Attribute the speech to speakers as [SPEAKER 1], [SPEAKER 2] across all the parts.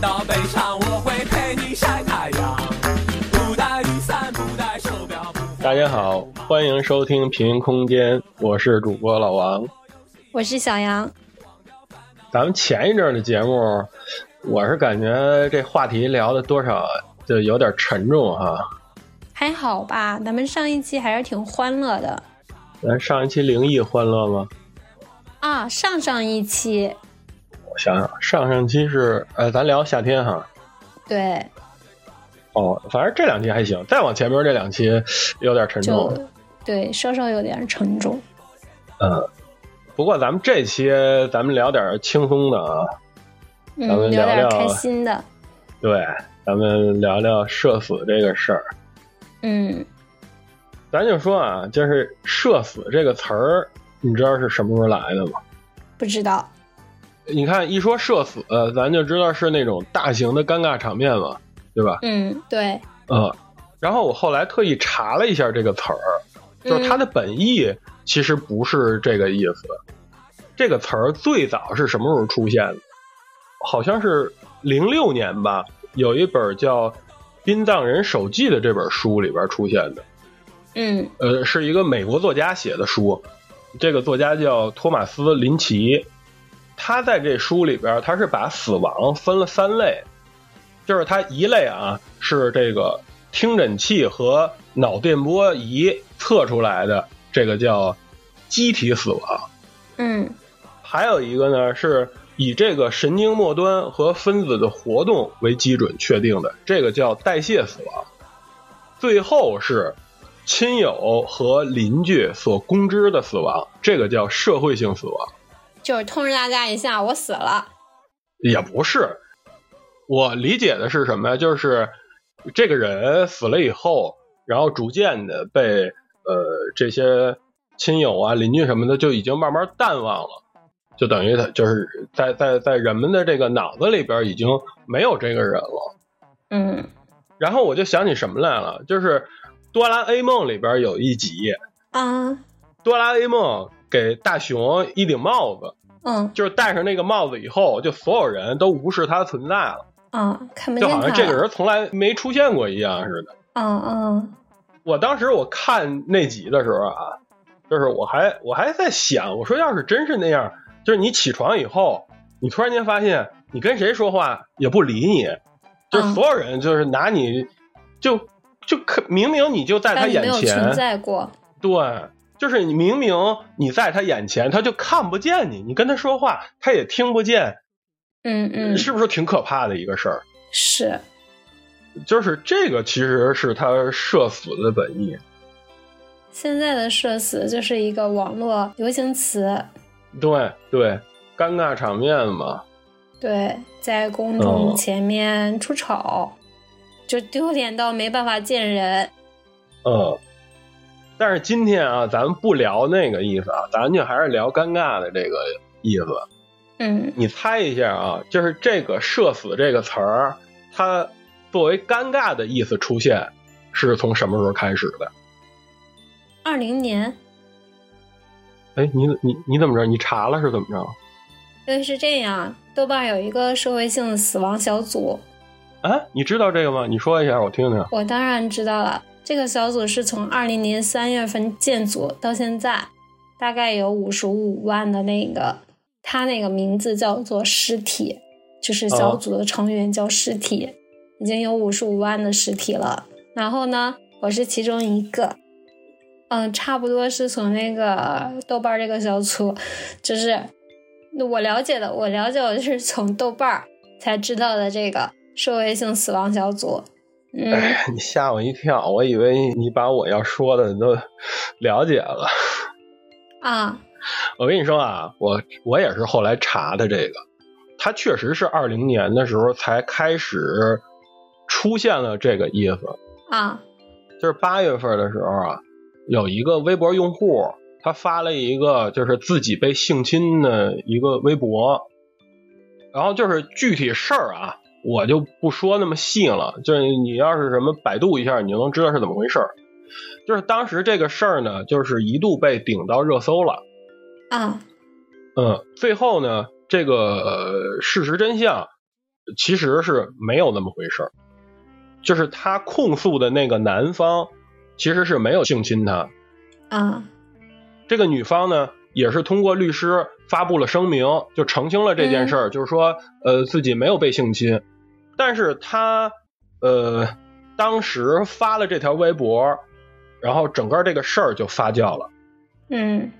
[SPEAKER 1] 到北上，我会陪你晒太阳。不带雨伞，不带手表。
[SPEAKER 2] 大家好，欢迎收听《平行空间》，我是主播老王。
[SPEAKER 3] 我是小杨，
[SPEAKER 2] 咱们前一阵儿的节目，我是感觉这话题聊的多少就有点沉重啊哈、
[SPEAKER 3] 还好吧？咱们上一期还是挺欢乐的
[SPEAKER 2] 咱上一期灵异欢乐吗？
[SPEAKER 3] 啊，上上一期
[SPEAKER 2] 我想想，上上期是呃，咱聊夏天哈。
[SPEAKER 3] 对，
[SPEAKER 2] 哦，反正这两期还行，再往前面这两期有点沉
[SPEAKER 3] 就
[SPEAKER 2] 重。
[SPEAKER 3] 对稍稍有点沉重。
[SPEAKER 2] 嗯，不过咱们这期咱们聊点轻松的啊，
[SPEAKER 3] 嗯，
[SPEAKER 2] 咱们
[SPEAKER 3] 有
[SPEAKER 2] 聊聊
[SPEAKER 3] 点开心的。
[SPEAKER 2] 对，咱们聊聊社死这个事儿。
[SPEAKER 3] 嗯，
[SPEAKER 2] 咱就说啊，就是“社死”这个词儿，你知道是什么时候来的吗？
[SPEAKER 3] 不知道。
[SPEAKER 2] 你看，一说社死，呃咱就知道是那种大型的尴尬场面嘛，对吧？
[SPEAKER 3] 嗯，对，
[SPEAKER 2] 嗯。然后我后来特意查了一下这个词儿，就是它的本意其实不是这个意思。这个词儿最早是什么时候出现的？好像是零六年吧，有一本叫《殡葬人手记》的这本书里边出现的。
[SPEAKER 3] 嗯
[SPEAKER 2] 呃，是一个美国作家写的书，这个作家叫托马斯·林奇，他在这书里边儿，他是把死亡分了三类，就是他一类啊是这个听诊器和脑电波仪测出来的，这个叫机体死亡，
[SPEAKER 3] 嗯
[SPEAKER 2] 还有一个呢是以这个神经末端和分子的活动为基准确定的，这个叫代谢死亡。最后是亲友和邻居所公知的死亡，这个叫社会性死亡。
[SPEAKER 3] 就是通知大家一下，我死了。
[SPEAKER 2] 也不是，我理解的是什么呀？就是这个人死了以后，然后逐渐的被呃这些亲友啊、邻居什么的就已经慢慢淡忘了，就等于他就是在在在人们的这个脑子里边已经没有这个人了。
[SPEAKER 3] 嗯
[SPEAKER 2] 然后我就想起什么来了，就是《哆啦 A 梦》里边有一集，
[SPEAKER 3] 啊
[SPEAKER 2] 哆啦 A 梦给大雄一顶帽子，
[SPEAKER 3] 嗯
[SPEAKER 2] 就是戴上那个帽子以后，就所有人都无视他的存在了。
[SPEAKER 3] 啊，看不
[SPEAKER 2] 就
[SPEAKER 3] 见
[SPEAKER 2] 好
[SPEAKER 3] 他
[SPEAKER 2] 像
[SPEAKER 3] 了。
[SPEAKER 2] 这个人从来没出现过一样似的。
[SPEAKER 3] 嗯嗯
[SPEAKER 2] 我当时我看那集的时候啊，就是我还我还在想，我说要是真是那样，就是你起床以后，你突然间发现你跟谁说话也不理你，就是
[SPEAKER 3] 嗯
[SPEAKER 2] 所有人就是拿你就就可明明你就在他
[SPEAKER 3] 但你没
[SPEAKER 2] 眼
[SPEAKER 3] 有存
[SPEAKER 2] 前，
[SPEAKER 3] 在过。
[SPEAKER 2] 对。就是你明明你在他眼前，他就看不见你，你跟他说话他也听不见，
[SPEAKER 3] 嗯嗯，
[SPEAKER 2] 是不是挺可怕的一个事儿？
[SPEAKER 3] 是
[SPEAKER 2] 就是这个其实是他社死的本意。
[SPEAKER 3] 现在的社死就是一个网络流行词，
[SPEAKER 2] 对对，尴尬场面嘛。
[SPEAKER 3] 对，在公
[SPEAKER 2] 哦
[SPEAKER 3] 众前面出丑，就丢脸到没办法见人。
[SPEAKER 2] 嗯，但是今天啊，咱们不聊那个意思啊，咱就还是聊尴尬的这个意思。
[SPEAKER 3] 嗯
[SPEAKER 2] 你猜一下啊，就是这个“社死”这个词儿，它作为尴尬的意思出现，是从什么时候开始的？，
[SPEAKER 3] 二零年，
[SPEAKER 2] 哎，你你你怎么着？你查了是怎么着？
[SPEAKER 3] 因为是这样，豆瓣有一个社会性死亡小组，
[SPEAKER 2] 啊，你知道这个吗？你说一下，我听听。
[SPEAKER 3] 我当然知道了。这个小组是从二零年三月份建组到现在，大概有五十五万的那个，它那个名字叫做尸体，就是小组的成员叫尸体，已经有五十五万的尸体了。然后呢，我是其中一个，嗯，差不多是从那个豆瓣儿这个小组，就是我了解的，我了解我是从豆瓣儿才知道的这个社会性死亡小组。嗯，
[SPEAKER 2] 哎，你吓我一跳，我以为你把我要说的都了解了。
[SPEAKER 3] 啊，
[SPEAKER 2] 我跟你说啊，我我也是后来查的这个，它确实是二零年的时候才开始出现了这个意思，
[SPEAKER 3] 啊，
[SPEAKER 2] 就是八月份的时候啊，有一个微博用户他发了一个就是自己被性侵的一个微博，然后就是具体事儿啊，我就不说那么细了，就是你要是什么百度一下，你就能知道是怎么回事儿。就是当时这个事儿呢，就是一度被顶到热搜了。
[SPEAKER 3] 啊，
[SPEAKER 2] 呃嗯，最后呢，这个、呃事实真相其实是没有那么回事儿，就是他控诉的那个男方其实是没有性侵她，
[SPEAKER 3] 啊，
[SPEAKER 2] 这个女方呢，也是通过律师发布了声明，就澄清了这件事儿，就是说，呃，自己没有被性侵，但是她，呃，当时发了这条微博，然后整个这个事儿就发酵了。
[SPEAKER 3] 嗯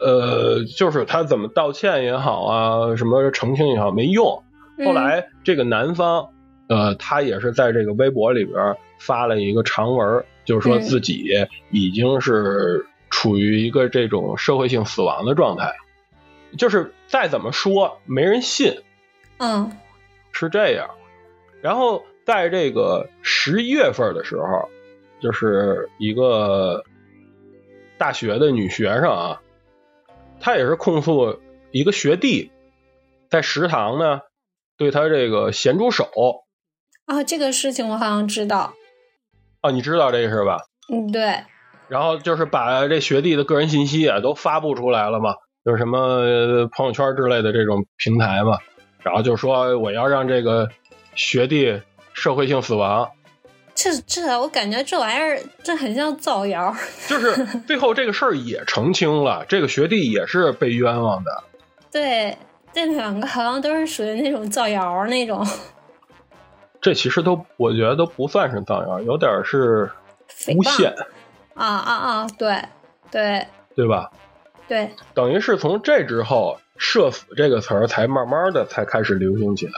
[SPEAKER 2] 呃，就是她怎么道歉也好啊，什么澄清也好，没用。
[SPEAKER 3] 嗯，
[SPEAKER 2] 后来这个男方，呃，他也是在这个微博里边发了一个长文，就是说
[SPEAKER 3] 嗯
[SPEAKER 2] 自己已经是处于一个这种社会性死亡的状态，就是再怎么说没人信
[SPEAKER 3] 嗯
[SPEAKER 2] 是这样。然后在这个十一月份的时候，就是一个大学的女学生啊，她也是控诉一个学弟在食堂呢对她这个咸猪手
[SPEAKER 3] 啊，这个事情我好像知道，
[SPEAKER 2] 啊，你知道这个是吧？
[SPEAKER 3] 嗯，对，
[SPEAKER 2] 然后就是把这学弟的个人信息啊都发布出来了嘛，就是什么呃朋友圈之类的这种平台嘛，然后就说我要让这个学弟社会性死亡，
[SPEAKER 3] 这这我感觉这玩意儿这很像造谣，
[SPEAKER 2] 就是最后这个事儿也澄清了，这个学弟也是被冤枉的。
[SPEAKER 3] 对，这两个好像都是属于那种造谣那种
[SPEAKER 2] 这其实都我觉得都不算是造谣，有点是
[SPEAKER 3] 诽
[SPEAKER 2] 诬陷
[SPEAKER 3] 谤，啊啊啊，对对
[SPEAKER 2] 对吧？
[SPEAKER 3] 对，
[SPEAKER 2] 等于是从这之后，“社死”这个词儿才慢慢的才开始流行起来，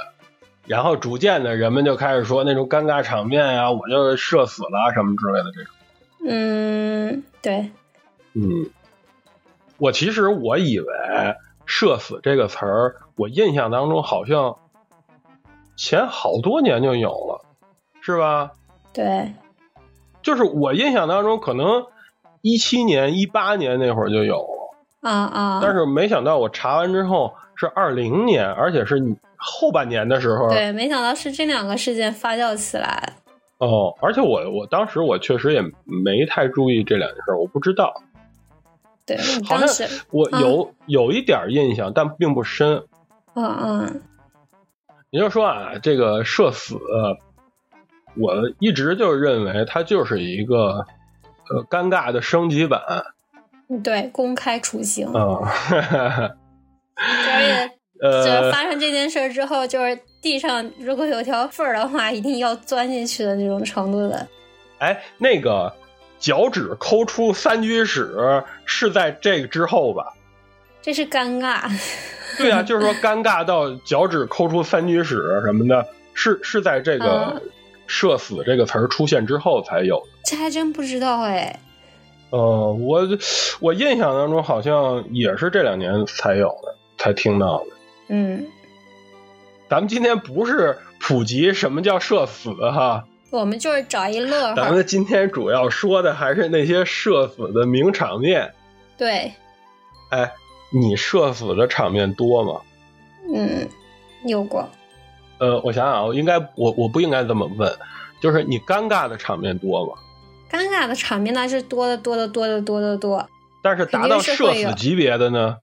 [SPEAKER 2] 然后逐渐的人们就开始说那种尴尬场面呀、我就社死了什么之类的这种。
[SPEAKER 3] 嗯对，
[SPEAKER 2] 嗯，我其实我以为“社死”这个词儿，我印象当中好像前好多年就有了，是吧？
[SPEAKER 3] 对，
[SPEAKER 2] 就是我印象当中可能一七年、一八年那会儿就有了。
[SPEAKER 3] 啊啊，
[SPEAKER 2] 但是没想到我查完之后是二零年，而且是你后半年的时候。
[SPEAKER 3] 对，没想到是这两个事件发酵起来，
[SPEAKER 2] 哦，而且我我当时我确实也没太注意这两件事，我不知道。
[SPEAKER 3] 对，我
[SPEAKER 2] 好
[SPEAKER 3] 当
[SPEAKER 2] 像
[SPEAKER 3] 时，
[SPEAKER 2] 我
[SPEAKER 3] 啊
[SPEAKER 2] 有、有一点印象，但并不深。
[SPEAKER 3] 嗯嗯
[SPEAKER 2] 也就是说啊，这个社死，我一直就认为它就是一个呃尴尬的升级版啊。
[SPEAKER 3] 嗯，对，公开处刑，
[SPEAKER 2] 嗯
[SPEAKER 3] 而且就 是
[SPEAKER 2] 呃，
[SPEAKER 3] 发生这件事儿之后，就是地上如果有条缝儿的话，一定要钻进去的那种程度的。
[SPEAKER 2] 哎，那个脚趾抠出三居室是在这个之后吧？
[SPEAKER 3] 这是尴尬，
[SPEAKER 2] 对啊，就是说尴尬到脚趾抠出三居室什么的，是是在这个
[SPEAKER 3] 嗯
[SPEAKER 2] “社死”这个词儿出现之后才有的。
[SPEAKER 3] 这还真不知道哎。
[SPEAKER 2] 呃，我我印象当中好像也是这两年才有的，才听到的。
[SPEAKER 3] 嗯，
[SPEAKER 2] 咱们今天不是普及什么叫社死哈，
[SPEAKER 3] 我们就是找一乐
[SPEAKER 2] 咱
[SPEAKER 3] 呵，
[SPEAKER 2] 们今天主要说的还是那些社死的名场面。
[SPEAKER 3] 对，
[SPEAKER 2] 哎，你社死的场面多吗？
[SPEAKER 3] 嗯，有过，
[SPEAKER 2] 呃，我想想啊，我应该我我不应该这么问，就是你尴尬的场面多吗？
[SPEAKER 3] 尴尬的场面那是多的多的多的多的多。
[SPEAKER 2] 但是达到社死级别的呢，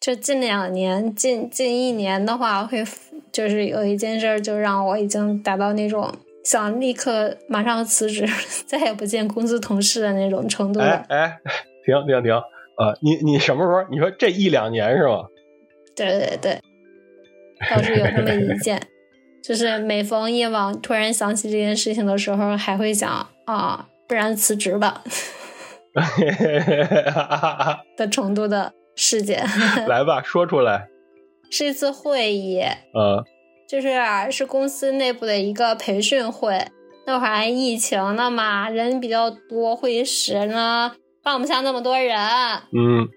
[SPEAKER 3] 就近两年，近近一年的话，会就是有一件事儿，就让我已经达到那种想立刻马上辞职，再也不见公司同事的那种程度
[SPEAKER 2] 哎
[SPEAKER 3] 了。
[SPEAKER 2] 哎， 停停停，呃，你你什么时候？你说这一两年是吗？
[SPEAKER 3] 对对对，倒是有那么一件，就是每逢夜晚突然想起这件事情的时候，还会想啊，不然辞职吧的程度的事件。
[SPEAKER 2] 来吧，说出来。
[SPEAKER 3] 是一次会议，
[SPEAKER 2] 呃，
[SPEAKER 3] 就是、啊、是公司内部的一个培训会，那会儿还疫情呢嘛，人比较多，会议室呢放不下那么多人，
[SPEAKER 2] 嗯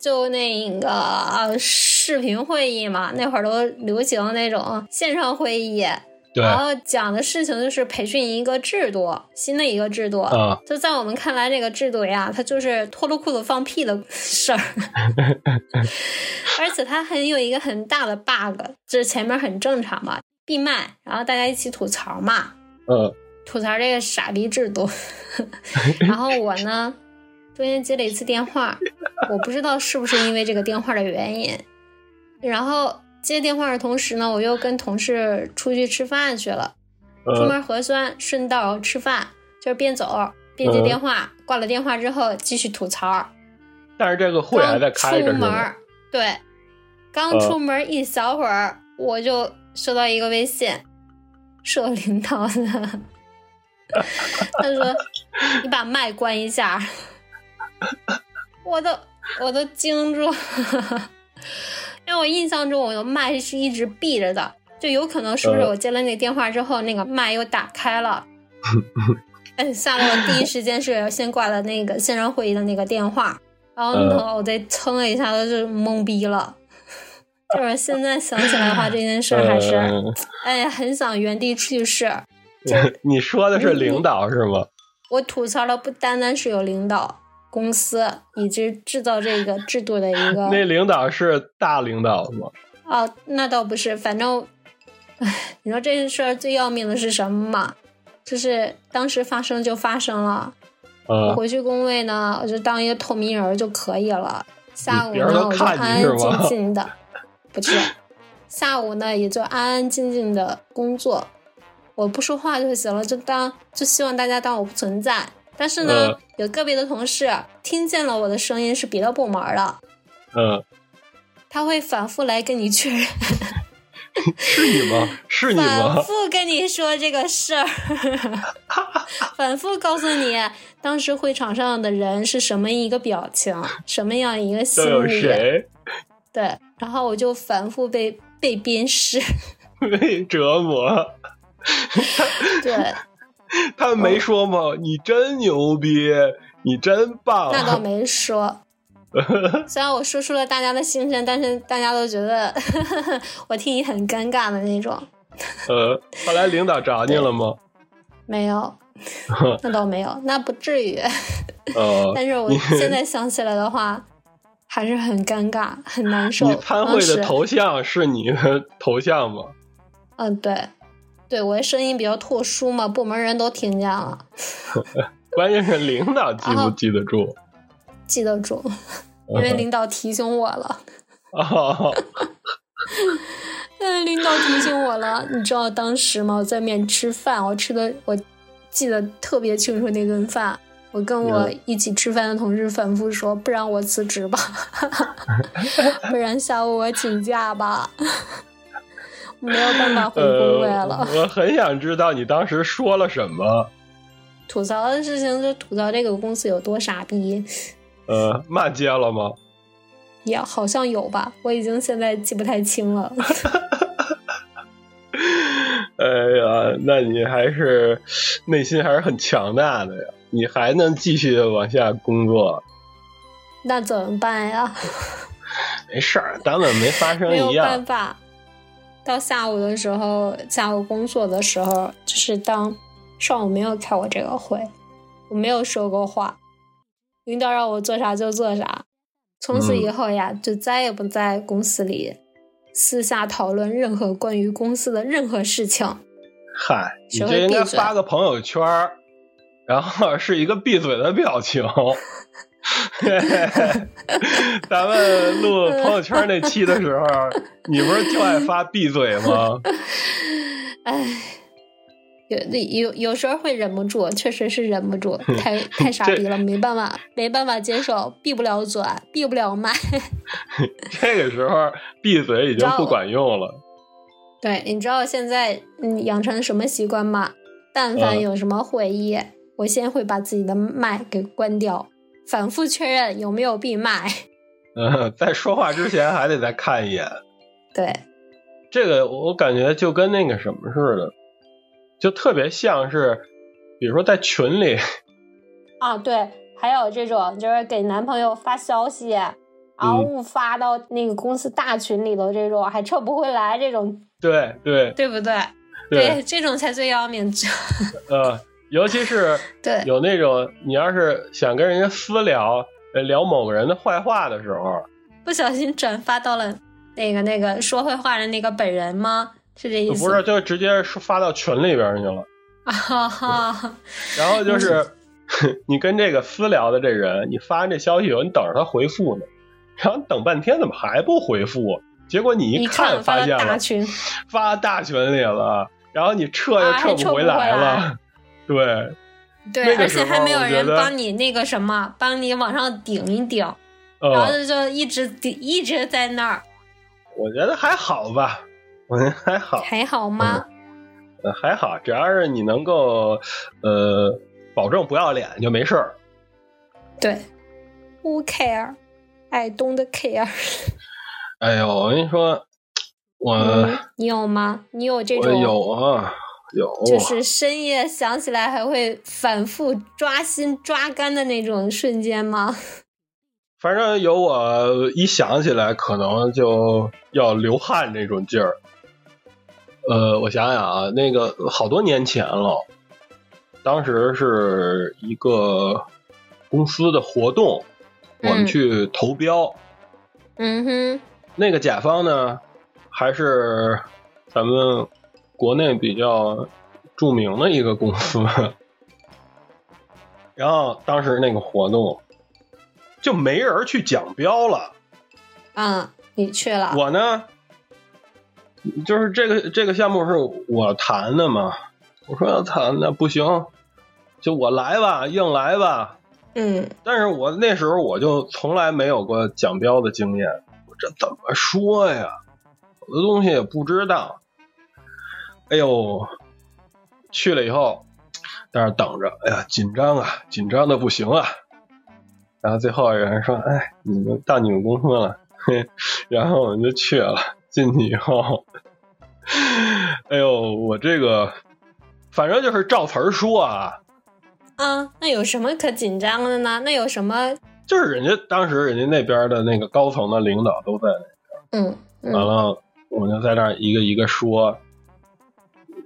[SPEAKER 3] 就那个、呃视频会议嘛，那会儿都流行那种线上会议，
[SPEAKER 2] 对，
[SPEAKER 3] 然
[SPEAKER 2] 啊、
[SPEAKER 3] 后讲的事情就是培训一个制度，新的一个制度。
[SPEAKER 2] 嗯呃
[SPEAKER 3] 就在我们看来，这个制度呀，它就是脱了裤子放屁的事儿，而且它很有一个很大的 bug，就是前面很正常嘛，闭麦，然后大家一起吐槽嘛，
[SPEAKER 2] 呃，
[SPEAKER 3] 吐槽这个傻逼制度。 然后我呢，中间接了一次电话，我不知道是不是因为这个电话的原因，然后接电话的同时呢，我又跟同事出去吃饭去了，出
[SPEAKER 2] 呃，
[SPEAKER 3] 门核酸，顺道吃饭，就是边走边接
[SPEAKER 2] 嗯
[SPEAKER 3] 电话，挂了电话之后继续吐槽。
[SPEAKER 2] 但是这个会还在开着
[SPEAKER 3] 刚
[SPEAKER 2] 是
[SPEAKER 3] 出门
[SPEAKER 2] 吗？嗯
[SPEAKER 3] 儿，对，刚出门一小会儿，我就收到一个微信，是我领导的，他说：“你把麦关一下。”我都我都惊住了，因为我印象中我的麦是一直闭着的，就有可能是不是
[SPEAKER 2] 嗯
[SPEAKER 3] 我接了那个电话之后，那个麦又打开了。嗯，下来我第一时间是先挂了那个线上会议的那个电话，然后
[SPEAKER 2] 嗯
[SPEAKER 3] 那头我再蹭了一下，都是懵逼了。 就是现在想起来的话，这件事儿还是，
[SPEAKER 2] 嗯
[SPEAKER 3] 哎呀，很想原地去世。
[SPEAKER 2] 你说的是领导是吗？
[SPEAKER 3] 我吐槽的不单单是有领导、公司以及制造这个制度的一个
[SPEAKER 2] 那领导是大领导吗？
[SPEAKER 3] 哦，那倒不是，反正，唉，你说这件事儿最要命的是什么嘛？就是当时发生就发生了，我
[SPEAKER 2] 呃，
[SPEAKER 3] 回去工位呢，我就当一个透明人儿就可以了。下午
[SPEAKER 2] 别人
[SPEAKER 3] 呢，
[SPEAKER 2] 都
[SPEAKER 3] 我就
[SPEAKER 2] 看
[SPEAKER 3] 安
[SPEAKER 2] 你
[SPEAKER 3] 安
[SPEAKER 2] 是吗
[SPEAKER 3] 静静的，不是，下午呢也就安安静静的工作，我不说话就行了，就当就希望大家当我不存在。但是呢，
[SPEAKER 2] 嗯
[SPEAKER 3] 有个别的同事听见了我的声音是别的部门儿的，
[SPEAKER 2] 嗯，
[SPEAKER 3] 他会反复来跟你确认，
[SPEAKER 2] 是你吗？是你
[SPEAKER 3] 反
[SPEAKER 2] 吗？
[SPEAKER 3] 复跟你说这个事 儿，反复告诉你当时会场上的人是什么一个表情，什么样一个心
[SPEAKER 2] 都有
[SPEAKER 3] 理，
[SPEAKER 2] 谁
[SPEAKER 3] 对，然后我就反复被被 鞭尸，
[SPEAKER 2] 被折磨？
[SPEAKER 3] 对，
[SPEAKER 2] 他们
[SPEAKER 3] 嗯
[SPEAKER 2] 没说吗？你真牛逼，你真棒。
[SPEAKER 3] 那倒没 说。虽然我说出了大家的心声，但是大家都觉得 我替你很尴尬的那种。
[SPEAKER 2] 呃，后来领导找你了吗？
[SPEAKER 3] 没有，那倒没有，那不至于。
[SPEAKER 2] 呃，
[SPEAKER 3] 但是我现 在想起来的话，还是很尴尬，很难受。
[SPEAKER 2] 你参会
[SPEAKER 3] 当时
[SPEAKER 2] 的头像是你的头像吗？
[SPEAKER 3] 嗯，对，对我的声音比较特殊嘛，部门人都听见了，
[SPEAKER 2] 关键是领导记不记得住？
[SPEAKER 3] 记得住，因
[SPEAKER 2] 嗯
[SPEAKER 3] 为领导提醒我了。
[SPEAKER 2] 哦，
[SPEAKER 3] 嗯，领导提醒我了，你知道当时吗？我在面吃饭，我吃的我记得特别清楚那顿饭。我跟我
[SPEAKER 2] 嗯
[SPEAKER 3] 一起吃饭的同事反复说，不然我辞职 吧，不然下午我请假吧， 没有办法回工位
[SPEAKER 2] 呃
[SPEAKER 3] 了。，
[SPEAKER 2] 我很想知道你当时说了什么。
[SPEAKER 3] 吐槽的事情就吐槽这个公司有多傻逼，
[SPEAKER 2] 呃，骂街了吗？
[SPEAKER 3] 也好像有吧，我已经现在记不太清了。
[SPEAKER 2] 哎呀，那你还是内心还是很强大的呀，你还能继续往下工作。
[SPEAKER 3] 那怎么办呀？
[SPEAKER 2] 没事儿，咱们没发
[SPEAKER 3] 没
[SPEAKER 2] 生
[SPEAKER 3] 有
[SPEAKER 2] 一
[SPEAKER 3] 办
[SPEAKER 2] 样。
[SPEAKER 3] 法。到下午的时候，下午工作的时候，就是当上午没有开我这个会，我没有说过话，领导让我做啥就做啥。从此
[SPEAKER 2] 嗯
[SPEAKER 3] 以后呀，就再也不在公司里私下讨论任何关于公司的任何事情。
[SPEAKER 2] 嗨，你
[SPEAKER 3] 学会
[SPEAKER 2] 这应该
[SPEAKER 3] 闭嘴
[SPEAKER 2] 发个朋友圈儿，然后是一个闭嘴的表情。 嘿嘿嘿咱们录朋友圈那期的时候，你不是就爱发闭嘴吗？
[SPEAKER 3] 唉，有有有时候会忍不住，确实是忍不住，
[SPEAKER 2] 嗯
[SPEAKER 3] 太太傻逼了，没办法，没办法接受，闭不了嘴，闭不了麦。
[SPEAKER 2] 这个时候闭嘴已经不管用了。
[SPEAKER 3] 对，你知道现在嗯养成什么习惯吗？但凡
[SPEAKER 2] 嗯
[SPEAKER 3] 有什么会议，我先会把自己的麦给关掉，反复确认有没有闭麦。
[SPEAKER 2] 嗯，在说话之前还得再看一眼。
[SPEAKER 3] 对，
[SPEAKER 2] 这个我感觉就跟那个什么似的，就特别像是，比如说在群里，
[SPEAKER 3] 啊对，还有这种就是给男朋友发消息，然后
[SPEAKER 2] 嗯
[SPEAKER 3] 误发到那个公司大群里头，这种还撤不回来，这种
[SPEAKER 2] 对对
[SPEAKER 3] 对不对？
[SPEAKER 2] 对，
[SPEAKER 3] 这种才最要命。
[SPEAKER 2] 呃，尤其是
[SPEAKER 3] 对，
[SPEAKER 2] 有那种你要是想跟人家私聊，呃聊某个人的坏话的时候，
[SPEAKER 3] 不小心转发到了那个那个说坏话的那个本人吗？是这意思？
[SPEAKER 2] 不是就直接说发到群里边去了，
[SPEAKER 3] 啊哈，
[SPEAKER 2] 然后就是 你跟这个私聊的这人，你发完这消息以后，你等着他回复呢，然后等半天怎么还不回复？啊结果你
[SPEAKER 3] 一
[SPEAKER 2] 一看
[SPEAKER 3] 发
[SPEAKER 2] 发
[SPEAKER 3] 到
[SPEAKER 2] 现
[SPEAKER 3] 大
[SPEAKER 2] 了，
[SPEAKER 3] 群，
[SPEAKER 2] 发大群里了，然后你撤又
[SPEAKER 3] 啊还
[SPEAKER 2] 撤
[SPEAKER 3] 撤不
[SPEAKER 2] 回
[SPEAKER 3] 回来
[SPEAKER 2] 了，对，
[SPEAKER 3] 对，
[SPEAKER 2] 那个
[SPEAKER 3] 而
[SPEAKER 2] 时
[SPEAKER 3] 且还
[SPEAKER 2] 候
[SPEAKER 3] 没有
[SPEAKER 2] 我觉
[SPEAKER 3] 人
[SPEAKER 2] 得
[SPEAKER 3] 帮你那个什么，帮你往上顶一顶，然后
[SPEAKER 2] 嗯，
[SPEAKER 3] 就一直顶一直在那儿，
[SPEAKER 2] 我觉得还好吧，我觉得还 好，
[SPEAKER 3] 还好吗？
[SPEAKER 2] 呃还好，只要是你能够呃保证不要脸就没事儿。
[SPEAKER 3] 对，Who care？I don't care。
[SPEAKER 2] 哎呦，我跟你说，我、
[SPEAKER 3] 你有吗？你有嗯这
[SPEAKER 2] 呃我
[SPEAKER 3] 种？
[SPEAKER 2] 有啊，有，
[SPEAKER 3] 就是深夜想起来还会反复抓心抓肝的那种瞬间吗？
[SPEAKER 2] 反正有我一想起来可能就要流汗那种劲儿。呃，我想想啊，那个好多年前了，当时是一个公司的活动，我们
[SPEAKER 3] 嗯
[SPEAKER 2] 去投标。
[SPEAKER 3] 嗯哼，
[SPEAKER 2] 那个甲方呢，还是咱们国内比较著名的一个公司。 然后当时那个活动就没人去讲标了，
[SPEAKER 3] 嗯，你去了，
[SPEAKER 2] 我呢，就是这个这个项目是我谈的嘛，我说操，那不行，就我来吧，硬来吧，
[SPEAKER 3] 嗯
[SPEAKER 2] 但是我那时候我就从来没有过奖标的经验，我这怎么说呀？我的东西也不知道。哎呦，去了以后，在那儿等着，哎呀，紧张啊，紧张的不行啊。然后最后有人说：“哎，你们到你们公司了。 嘿”然后我们就去了。进去以后，哎呦，我这个反正就是照词儿说啊，
[SPEAKER 3] 啊，那有什么可紧张的呢？那有什么？
[SPEAKER 2] 就是人家当时人家那边的那个高层的领导都在，
[SPEAKER 3] 嗯
[SPEAKER 2] 完
[SPEAKER 3] 嗯
[SPEAKER 2] 了我就在那儿一个一个说，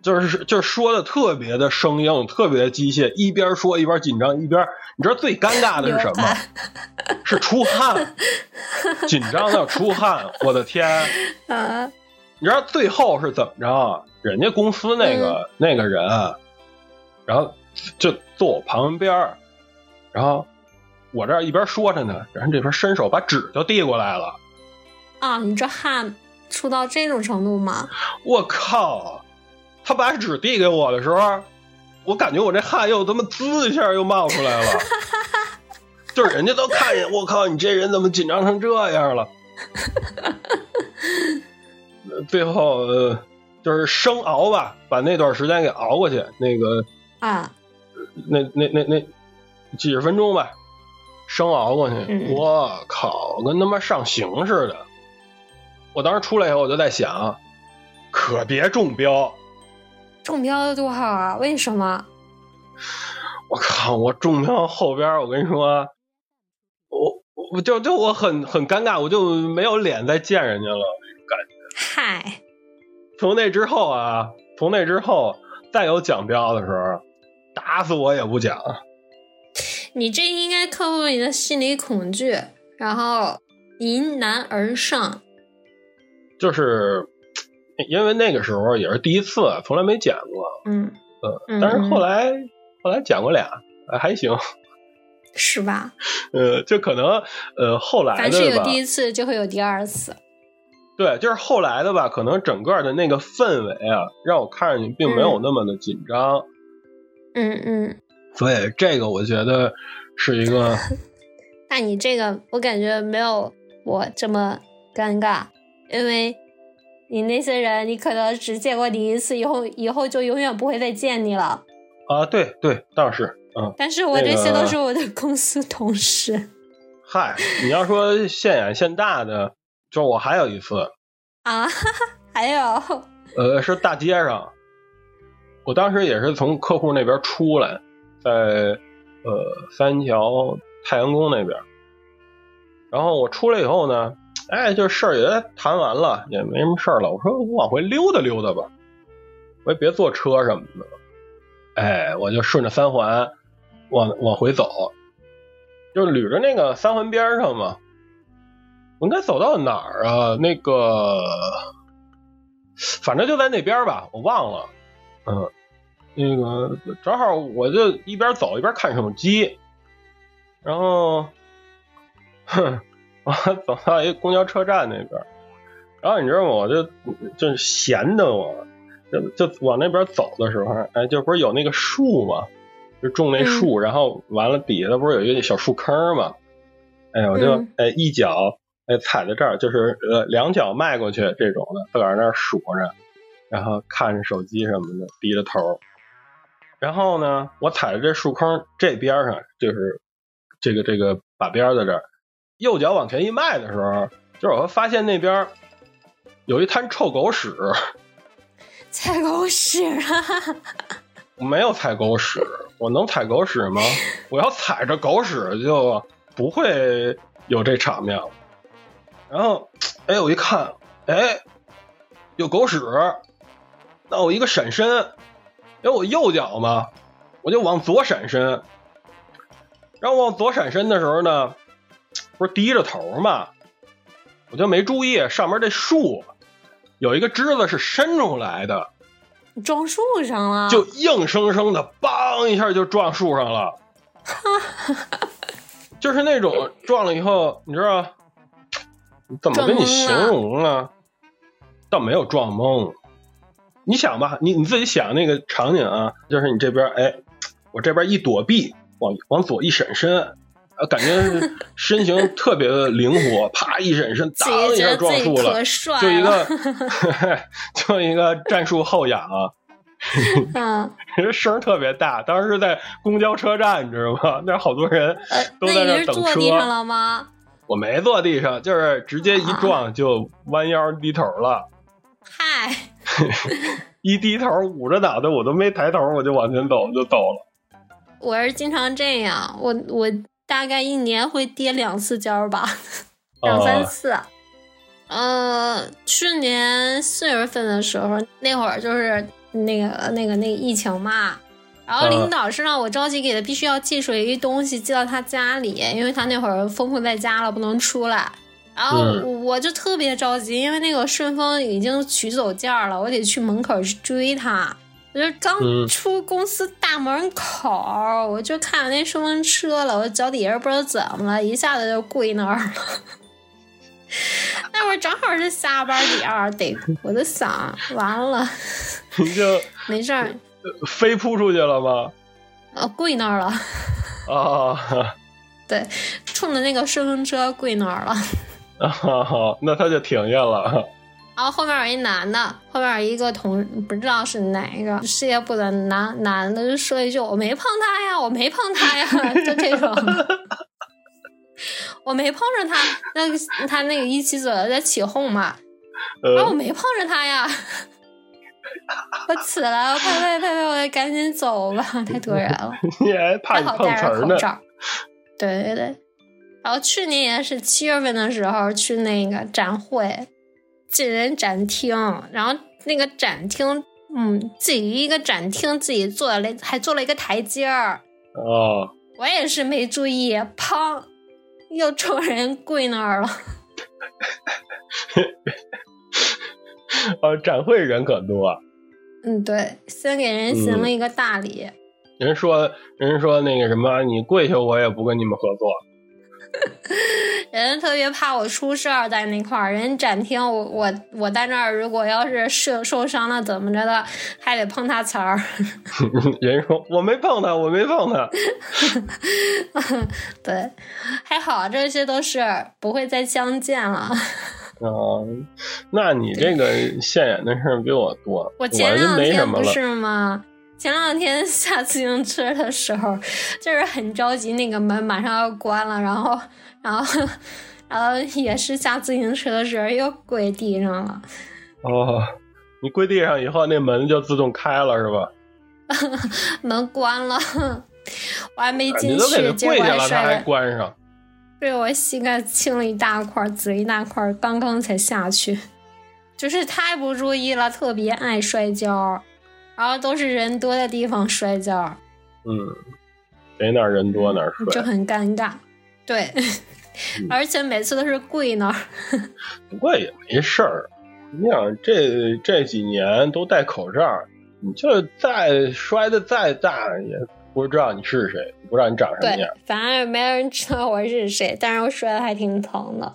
[SPEAKER 2] 就是就是说的特别的生硬，特别的机械，一边说一边紧张，一边你知道最尴尬的是什
[SPEAKER 3] 流
[SPEAKER 2] 么
[SPEAKER 3] 汗？
[SPEAKER 2] 是出汗，紧张到出汗，我的天！
[SPEAKER 3] 啊，
[SPEAKER 2] 你知道最后是怎么着啊？人家公司那个、那个人啊，然后就坐我旁边儿，然后我这儿一边说着呢，然后这边伸手把纸就递过来了。
[SPEAKER 3] 啊，你这汗出到这种程度吗？
[SPEAKER 2] 我靠！他把纸递给我的时候，我感觉我这汗又他妈滋一下又冒出来了，就是人家都看见我靠，你这人怎么紧张成这样了？呃最后、呃、就是生熬吧，把那段时间给熬过去。那个
[SPEAKER 3] 啊，
[SPEAKER 2] 那那那那几十分钟吧，生熬过去。
[SPEAKER 3] 嗯
[SPEAKER 2] 我靠，跟他妈上刑似的。我当时出来以后，我就在想，可别中标。
[SPEAKER 3] 中标的多好啊！为什么？
[SPEAKER 2] 我靠，我中标后边儿，我跟你说，我我就就我很很尴尬，我就没有脸再见人家了。
[SPEAKER 3] 嗨，
[SPEAKER 2] 从那之后啊，从那之后再有奖标的时候，打死我也不讲。
[SPEAKER 3] 你这应该克服你的心理恐惧，然后迎难而上。
[SPEAKER 2] 就是因为那个时候也是第一次，从来没讲过。
[SPEAKER 3] 嗯嗯
[SPEAKER 2] 嗯，但是后来后来讲过俩，呃还行，
[SPEAKER 3] 嗯是吧？
[SPEAKER 2] 呃，就可能呃后来
[SPEAKER 3] 凡
[SPEAKER 2] 的
[SPEAKER 3] 是有
[SPEAKER 2] 吧
[SPEAKER 3] 第，一次，就会有第二次。
[SPEAKER 2] 对，就是后来的吧，可能整个的那个氛围啊，让我看上去并没有那么的紧张，
[SPEAKER 3] 嗯嗯。
[SPEAKER 2] 所以这个我觉得是一个，
[SPEAKER 3] 那你这个，我感觉没有我这么尴尬，因为你那些人，你可能只见过你一次，以后以后就永远不会再见你了。
[SPEAKER 2] 啊，对对，倒是，嗯，
[SPEAKER 3] 但是我
[SPEAKER 2] 那个
[SPEAKER 3] 这些都是我的 公司同事
[SPEAKER 2] 嗨，你要说现眼现大的，就我还有一次，
[SPEAKER 3] 啊， 还有，
[SPEAKER 2] 呃，是大街上，我当时也是从客户那边出来，在呃三桥太阳宫那边，然后我出来以后呢，哎，这事儿也谈完了，也没什么事儿了，我说我往回溜达溜达吧，我也别坐车什么的，哎，我就顺着三环往往回走，就捋着那个三环边上嘛。我应该走到哪儿啊？那个反正就在那边吧，我忘了。嗯，那个正好我就一边走一边看手机，然后，哼，我走到一公交车站那边，然后你知道吗？我就就是闲的我，就就往那边走的时候，哎，就不是有那个树嘛，就种那树，然后完了底下不是有一个小树坑嘛？哎，我就、
[SPEAKER 3] 嗯
[SPEAKER 2] 哎一脚哎踩在这儿，就是呃两脚迈过去这种的，自个儿那儿数着，然后看着手机什么的，低着头。然后呢，我踩着这树坑这边儿上，就是这个这个把边儿在这儿，右脚往前一迈的时候，就是我发现那边儿有一滩臭狗屎，
[SPEAKER 3] 踩狗屎啊！
[SPEAKER 2] 我没有踩狗屎，我能踩狗屎吗？我要踩着狗屎就不会有这场面了。然后，哎，我一看，哎，有狗屎，那我一个闪身，因为我右脚嘛，我就往左闪身。然后往左闪身的时候呢，不是低着头嘛，我就没注意上面这树有一个枝子是伸出来的，
[SPEAKER 3] 你撞树上了，
[SPEAKER 2] 就硬生生的梆一下就撞树上 了，就是那种撞了以后，你知道怎么跟你形容呢？倒没有撞懵。你想吧，你你自己想那个场景啊，就是你这边哎，我这边一躲避，往往左一闪身，啊，感觉是身形特别的灵活，啪一闪身，
[SPEAKER 3] 自己
[SPEAKER 2] 当一
[SPEAKER 3] 觉
[SPEAKER 2] 下
[SPEAKER 3] 得
[SPEAKER 2] 撞
[SPEAKER 3] 自己
[SPEAKER 2] 树了
[SPEAKER 3] 可，帅了，
[SPEAKER 2] 就一个 就一个战术后仰啊。
[SPEAKER 3] 嗯，
[SPEAKER 2] 声儿特别大，当时在公交车站，你知道吗？那儿好多人
[SPEAKER 3] 呃
[SPEAKER 2] 都
[SPEAKER 3] 那
[SPEAKER 2] 在
[SPEAKER 3] 你
[SPEAKER 2] 那
[SPEAKER 3] 是
[SPEAKER 2] 儿等
[SPEAKER 3] 坐
[SPEAKER 2] 车。
[SPEAKER 3] 地上了啊吗？
[SPEAKER 2] 我没坐地上，就是直接一撞就弯腰低头了，
[SPEAKER 3] 嗨，
[SPEAKER 2] 一低头捂着脑袋，我都没抬头，我就往前走就走了。
[SPEAKER 3] 我是经常这样，我我大概一年会跌两次跤儿吧。两三
[SPEAKER 2] 啊
[SPEAKER 3] 次。呃，去年四月份的时候，那会儿就是那个呃那个那个疫情嘛，然后
[SPEAKER 2] 嗯
[SPEAKER 3] 领导是让我着急给他必须要寄出一个东西寄到他家里，因为他那会儿封控在家了，不能出来。然后
[SPEAKER 2] 嗯
[SPEAKER 3] 我我就特别着急，因为那个顺丰已经取走件儿了，我得去门口去追他。我就刚
[SPEAKER 2] 嗯
[SPEAKER 3] 出公司大门口儿，我就看见那顺风车了，我脚底下不知道怎么了，一下子就跪那儿了。 那会儿正好是下班点儿，得我就想，完了，
[SPEAKER 2] 你 就
[SPEAKER 3] 没事儿，
[SPEAKER 2] 飞扑出去了吗？
[SPEAKER 3] 呃，跪那儿了，
[SPEAKER 2] 啊
[SPEAKER 3] 冲着那个顺风车跪那儿了。
[SPEAKER 2] 啊，那他就停下了。
[SPEAKER 3] 然后后面有一男的，后面有一个同不知道是哪一个事业部的男男的，就说一句：“我没碰他呀，我没碰他呀”， 就这种。我没碰着他，那个他那个一起左右在起哄嘛，然后我
[SPEAKER 2] 呃，
[SPEAKER 3] 没碰着他呀， 我死了，拍拍拍拍，我赶紧走吧，太突然了。
[SPEAKER 2] 你还怕
[SPEAKER 3] 还
[SPEAKER 2] 你
[SPEAKER 3] 好
[SPEAKER 2] 碰
[SPEAKER 3] 戴
[SPEAKER 2] 瓷
[SPEAKER 3] 着
[SPEAKER 2] 儿
[SPEAKER 3] 口
[SPEAKER 2] 呢？
[SPEAKER 3] 罩。对对对。然后去年也是七月份的时候去那个展会，进人展厅，然后那个展厅，嗯，自己一个展厅自己做了，还做了一个台阶儿，
[SPEAKER 2] 啊，
[SPEAKER 3] 我也是没注意，砰，又冲人跪那儿了。
[SPEAKER 2] 呃，展会人可多。啊
[SPEAKER 3] 嗯，对，先给人行
[SPEAKER 2] 嗯
[SPEAKER 3] 了一个大礼。
[SPEAKER 2] 人说，人说那个什么，你跪下我也不跟你们合作。
[SPEAKER 3] 人特别怕我出事儿在那块儿，人展厅我我我在那儿，如果要是受受伤了怎么着的，还得碰他词儿。
[SPEAKER 2] 人说我没碰他，我没碰他。
[SPEAKER 3] 对，还好这些都是不会再相见了。
[SPEAKER 2] 哦，那你这个现眼的事儿比我多，我
[SPEAKER 3] 我前
[SPEAKER 2] 就
[SPEAKER 3] 两
[SPEAKER 2] 没什
[SPEAKER 3] 天
[SPEAKER 2] 么
[SPEAKER 3] 不
[SPEAKER 2] 了。
[SPEAKER 3] 是吗？前两天下自行车的时候，就是很着急，那个门马上要关了，然后，然后，然后也是下自行车的时候又跪地上了。
[SPEAKER 2] 哦，你跪地上以后，那门就自动开了是吧？
[SPEAKER 3] 门关了，我还没
[SPEAKER 2] 你
[SPEAKER 3] 进
[SPEAKER 2] 都给
[SPEAKER 3] 去，
[SPEAKER 2] 他
[SPEAKER 3] 结
[SPEAKER 2] 跪
[SPEAKER 3] 果
[SPEAKER 2] 下了，
[SPEAKER 3] 还
[SPEAKER 2] 他
[SPEAKER 3] 摔
[SPEAKER 2] 还
[SPEAKER 3] 了，
[SPEAKER 2] 关上。
[SPEAKER 3] 被我膝盖青了一大块，紫一大块，刚刚才下去，就是太不注意了，特别爱摔跤，然后都是人多的地方摔跤，
[SPEAKER 2] 嗯，谁哪儿人多哪儿
[SPEAKER 3] 就
[SPEAKER 2] 摔，
[SPEAKER 3] 很尴尬，对，
[SPEAKER 2] 嗯
[SPEAKER 3] 而且每次都是跪那儿，
[SPEAKER 2] 不过也没事儿。你想这这几年都戴口罩，你就再摔的再大，也不知道你是谁，不知道你长什么
[SPEAKER 3] 对
[SPEAKER 2] 样。，
[SPEAKER 3] 反正也没人知道我是谁，但是我摔的还挺疼的，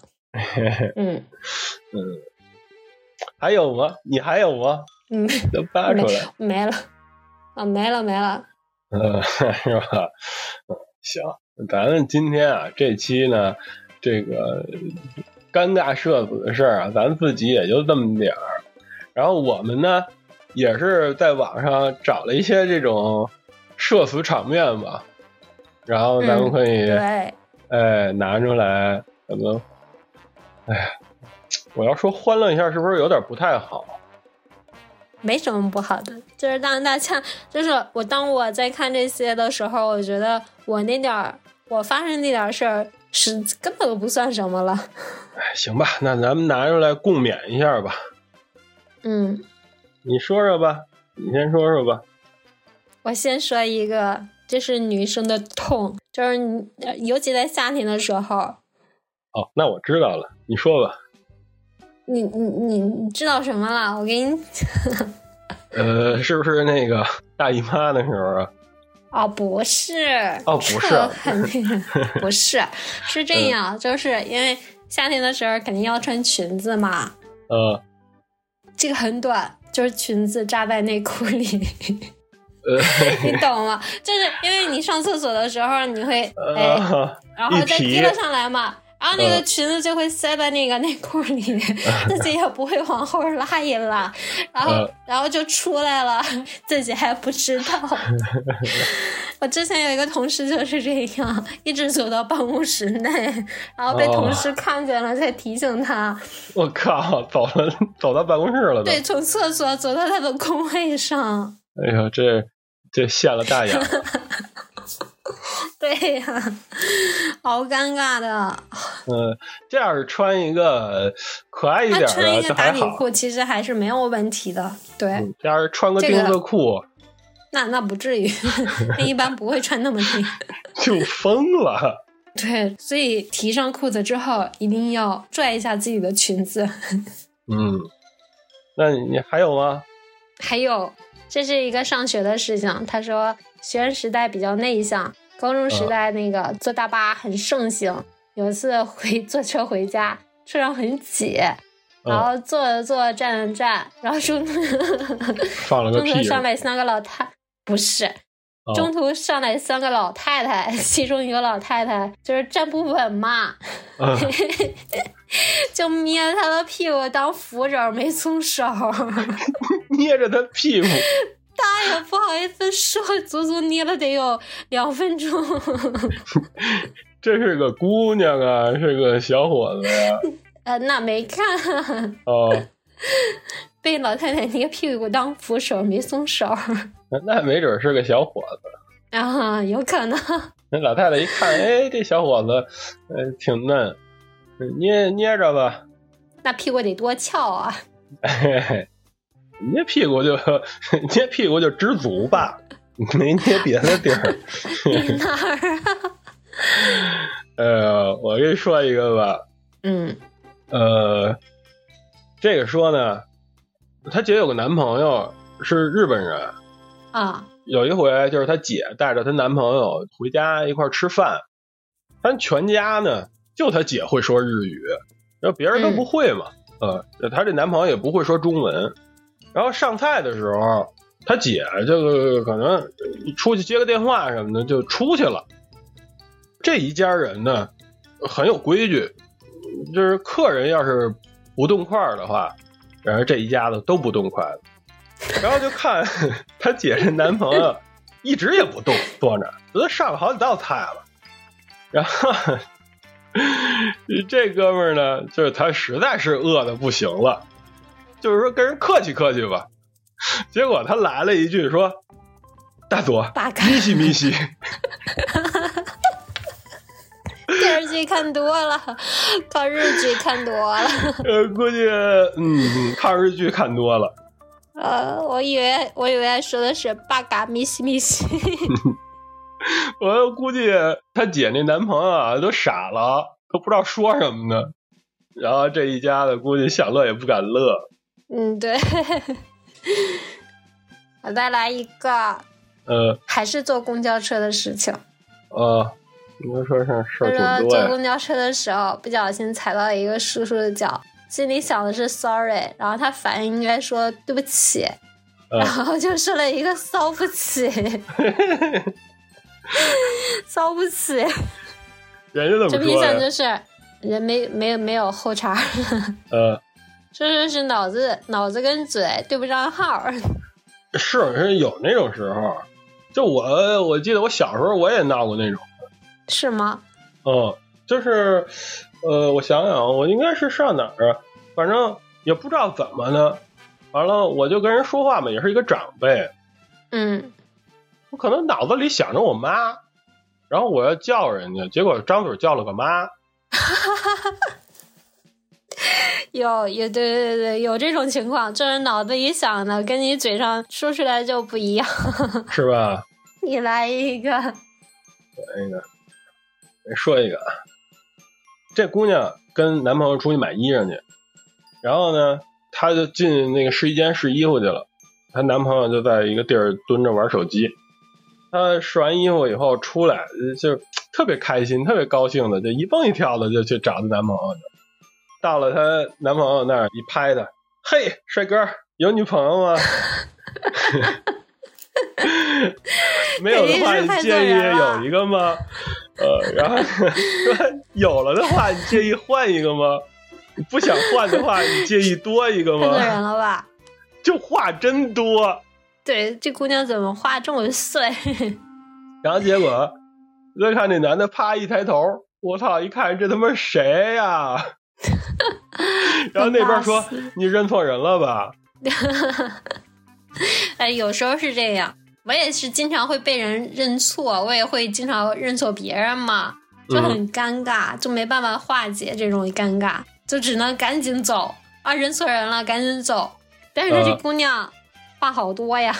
[SPEAKER 3] 嗯，
[SPEAKER 2] 嗯， 还有吗？你还有吗？
[SPEAKER 3] 嗯，
[SPEAKER 2] 能扒出来，
[SPEAKER 3] 没了，啊，没了没了，
[SPEAKER 2] 嗯， 是吧？嗯行，咱们今天啊，这期呢，这个尴尬社死的事儿啊，咱自己也就这么点儿。然后我们呢，也是在网上找了一些这种社死场面吧，然后咱们可以、
[SPEAKER 3] 对，
[SPEAKER 2] 哎，拿出来，咱们，哎呀，我要说欢乐一下，是不是有点不太好？
[SPEAKER 3] 没什么不好的，就是当大家，就是我当我在看这些的时候，我觉得我那点儿我发生那点儿事儿是根本都不算什么了，
[SPEAKER 2] 哎，行吧，那咱们拿出来共勉一下吧。
[SPEAKER 3] 嗯，
[SPEAKER 2] 你说说吧，你先说说吧。
[SPEAKER 3] 我先说一个，这是女生的痛，就是你呃尤其在夏天的时候，
[SPEAKER 2] 哦，那我知道了，你说吧。
[SPEAKER 3] 你你你你知道什么了？我给你
[SPEAKER 2] 呃，是不是那个大姨妈的时候啊？
[SPEAKER 3] 哦，不是，
[SPEAKER 2] 哦不是
[SPEAKER 3] 这个很那 个，不是，是这样，就是因为夏天的时候肯定要穿裙子嘛，
[SPEAKER 2] 呃
[SPEAKER 3] 这个很短，就是裙子扎在内 裤里，你
[SPEAKER 2] 呃
[SPEAKER 3] 懂吗？就是因为你上厕所的时候，你会哎，
[SPEAKER 2] 呃，
[SPEAKER 3] 然后
[SPEAKER 2] 一
[SPEAKER 3] 再
[SPEAKER 2] 提
[SPEAKER 3] 提了上来嘛。然后那个
[SPEAKER 2] 嗯
[SPEAKER 3] 裙子就会塞在那个内 裤里，自己也不会往后拉一拉，然后、
[SPEAKER 2] 嗯
[SPEAKER 3] 然后就出来了， 自己还不知道。 我之前有一个同事就是这样，一直走到办公室内，然后被
[SPEAKER 2] 哦
[SPEAKER 3] 同事看见了，才提醒他。
[SPEAKER 2] 我靠，走了，走到办公室了都。
[SPEAKER 3] 对，从厕所走到他的工位上。
[SPEAKER 2] 哎呦，这这现了大雅。
[SPEAKER 3] 对呀、好尴尬的。
[SPEAKER 2] 嗯，这要是穿一个可爱一点
[SPEAKER 3] 他
[SPEAKER 2] 的，
[SPEAKER 3] 穿一
[SPEAKER 2] 这
[SPEAKER 3] 个打
[SPEAKER 2] 还
[SPEAKER 3] 底
[SPEAKER 2] 好。
[SPEAKER 3] 裤其实还是没有问题的。对，
[SPEAKER 2] 嗯，这要是穿个
[SPEAKER 3] 这
[SPEAKER 2] 丁
[SPEAKER 3] 个
[SPEAKER 2] 字裤、
[SPEAKER 3] 那那不 至于，那一般不会穿那么低。
[SPEAKER 2] 就疯了。
[SPEAKER 3] 对，所以提上裤子之后，一定要拽一下自己的裙子。
[SPEAKER 2] 嗯，那你还有吗？
[SPEAKER 3] 还有，这是一个上学的事情。他说，学生时代比较内向，高中
[SPEAKER 2] 嗯
[SPEAKER 3] 时代那个坐大巴很盛行。有一次回 坐车回家，车上很挤，然
[SPEAKER 2] 嗯，
[SPEAKER 3] 后坐着坐着站着站，然后 中途
[SPEAKER 2] 放了个
[SPEAKER 3] 中途
[SPEAKER 2] 屁。
[SPEAKER 3] 上来三个老太，不是，
[SPEAKER 2] 哦
[SPEAKER 3] 中途上来三个老太太，其中一个老太太就是站不稳嘛，
[SPEAKER 2] 嗯，
[SPEAKER 3] 就捏着她的屁股当扶手没松手， 她
[SPEAKER 2] 捏着他屁股。
[SPEAKER 3] 也哎不好意思说，足足捏了得有两分钟。
[SPEAKER 2] 这是个姑娘啊，是个小伙子呀、
[SPEAKER 3] 呃，那没看，
[SPEAKER 2] 哦，
[SPEAKER 3] 被老太太捏屁股当扶手没松手
[SPEAKER 2] 那没准是个小伙子。
[SPEAKER 3] 啊，有可能。
[SPEAKER 2] 那老太太一看，哎，这小伙子，呃，挺嫩，捏捏着吧，
[SPEAKER 3] 那屁股得多翘啊！
[SPEAKER 2] 嘿嘿，捏屁股就 捏屁股就知足吧，没捏别的地儿。
[SPEAKER 3] 你哪儿啊？
[SPEAKER 2] 呃，我跟你说一个吧，
[SPEAKER 3] 嗯
[SPEAKER 2] 呃，这个说呢，她姐有个男朋友是日本人，
[SPEAKER 3] 啊，
[SPEAKER 2] 有一回就是她姐带着她男朋友回家一块儿吃饭，但全家呢就她姐会说日语，然后别人都不会嘛，呃，她这男朋友也不会说中文，然后上菜的时候，她姐这个可能呃出去接个电话什么的就出去了，这一家人呢很有规矩，就是客人要是不动筷儿的话，然后这一家子都不动筷子。然后就看她姐这男朋友一直也不动，坐那儿，都上了好几道菜了。然后这哥们儿呢，就是他实在是饿的不行了，就是说跟人客气客气吧。结果他来了一句说：“大佐，
[SPEAKER 3] 八嘎。
[SPEAKER 2] 咪西咪西。
[SPEAKER 3] 电视剧看多了， 看日剧看多了，”
[SPEAKER 2] 呃，估计嗯，看日剧看多了。
[SPEAKER 3] 呃，我以为我以为说的是八嘎咪西咪西，
[SPEAKER 2] 我估计她姐那男朋友啊都傻了，都不知道说什么呢。然后这一家子估计想乐也不敢乐。
[SPEAKER 3] 嗯，对。我再来一个，
[SPEAKER 2] 呃
[SPEAKER 3] 还是坐公交车的事情。
[SPEAKER 2] 呃，你就说事儿事
[SPEAKER 3] 他
[SPEAKER 2] 儿
[SPEAKER 3] 说
[SPEAKER 2] 挺多
[SPEAKER 3] 坐
[SPEAKER 2] 呀。
[SPEAKER 3] 公交车的时候不小心踩到了一个叔叔的脚，心里想的是 sorry，然后他反应应该说对不起，
[SPEAKER 2] 嗯
[SPEAKER 3] 然后就说了一个骚不 起，骚不起，
[SPEAKER 2] 人家
[SPEAKER 3] 这
[SPEAKER 2] 怎么
[SPEAKER 3] 明
[SPEAKER 2] 说
[SPEAKER 3] 显
[SPEAKER 2] 呀？
[SPEAKER 3] 就是人没没有没有后茬儿，
[SPEAKER 2] 呃，
[SPEAKER 3] 说是是脑子脑子跟嘴对不上号 儿，
[SPEAKER 2] 是是有那种时候，就我我记得我小时候我也闹过那种，
[SPEAKER 3] 是吗？
[SPEAKER 2] 嗯，就是呃，我想想，我应该是上哪儿啊，反正也不知道怎么的，完了我就跟人说话嘛，也是一个长辈，
[SPEAKER 3] 嗯，
[SPEAKER 2] 我可能脑子里想着我妈，然后我要叫人家，结果张嘴叫了个妈，
[SPEAKER 3] 有有对对对，有这种情况，就是脑子里想的跟你嘴上说出来就不一样。
[SPEAKER 2] 是吧？
[SPEAKER 3] 你来一个，
[SPEAKER 2] 那个说一个，啊，这姑娘跟男朋友出去买衣裳去，然后呢，她就进那个试衣间试衣服去了，她男朋友就在一个地儿蹲着玩手机。她试完衣服以后出来，呃就特别开心，特别高兴的，就一蹦一跳的就去找她男朋友去。到了她男朋友那儿一拍她，嘿，帅哥，有女朋友吗？ 没有的话，
[SPEAKER 3] 肯定是
[SPEAKER 2] 你
[SPEAKER 3] 拍错
[SPEAKER 2] 介
[SPEAKER 3] 人
[SPEAKER 2] 意
[SPEAKER 3] 了
[SPEAKER 2] 有一个吗？ 呃，然后说有了的话，你介意换一个吗？ 不想换的话，你介意多一个
[SPEAKER 3] 太多人
[SPEAKER 2] 吗？
[SPEAKER 3] 了吧？
[SPEAKER 2] 就话真多。
[SPEAKER 3] 对，这姑娘怎么话这么碎？
[SPEAKER 2] 然后结果再看这男的，啪一抬头，我操！一看这他妈谁呀、 然后那边说
[SPEAKER 3] 很巴适：“
[SPEAKER 2] 你认错人了吧
[SPEAKER 3] 哎，有时候是这样，我也是经常会被人认错，我也会经常认错别人嘛，就很尴尬，就没办法化解这种尴尬，就只能赶紧走啊，认错人了，赶紧走。但是这
[SPEAKER 2] 呃
[SPEAKER 3] 姑娘话好多呀，？”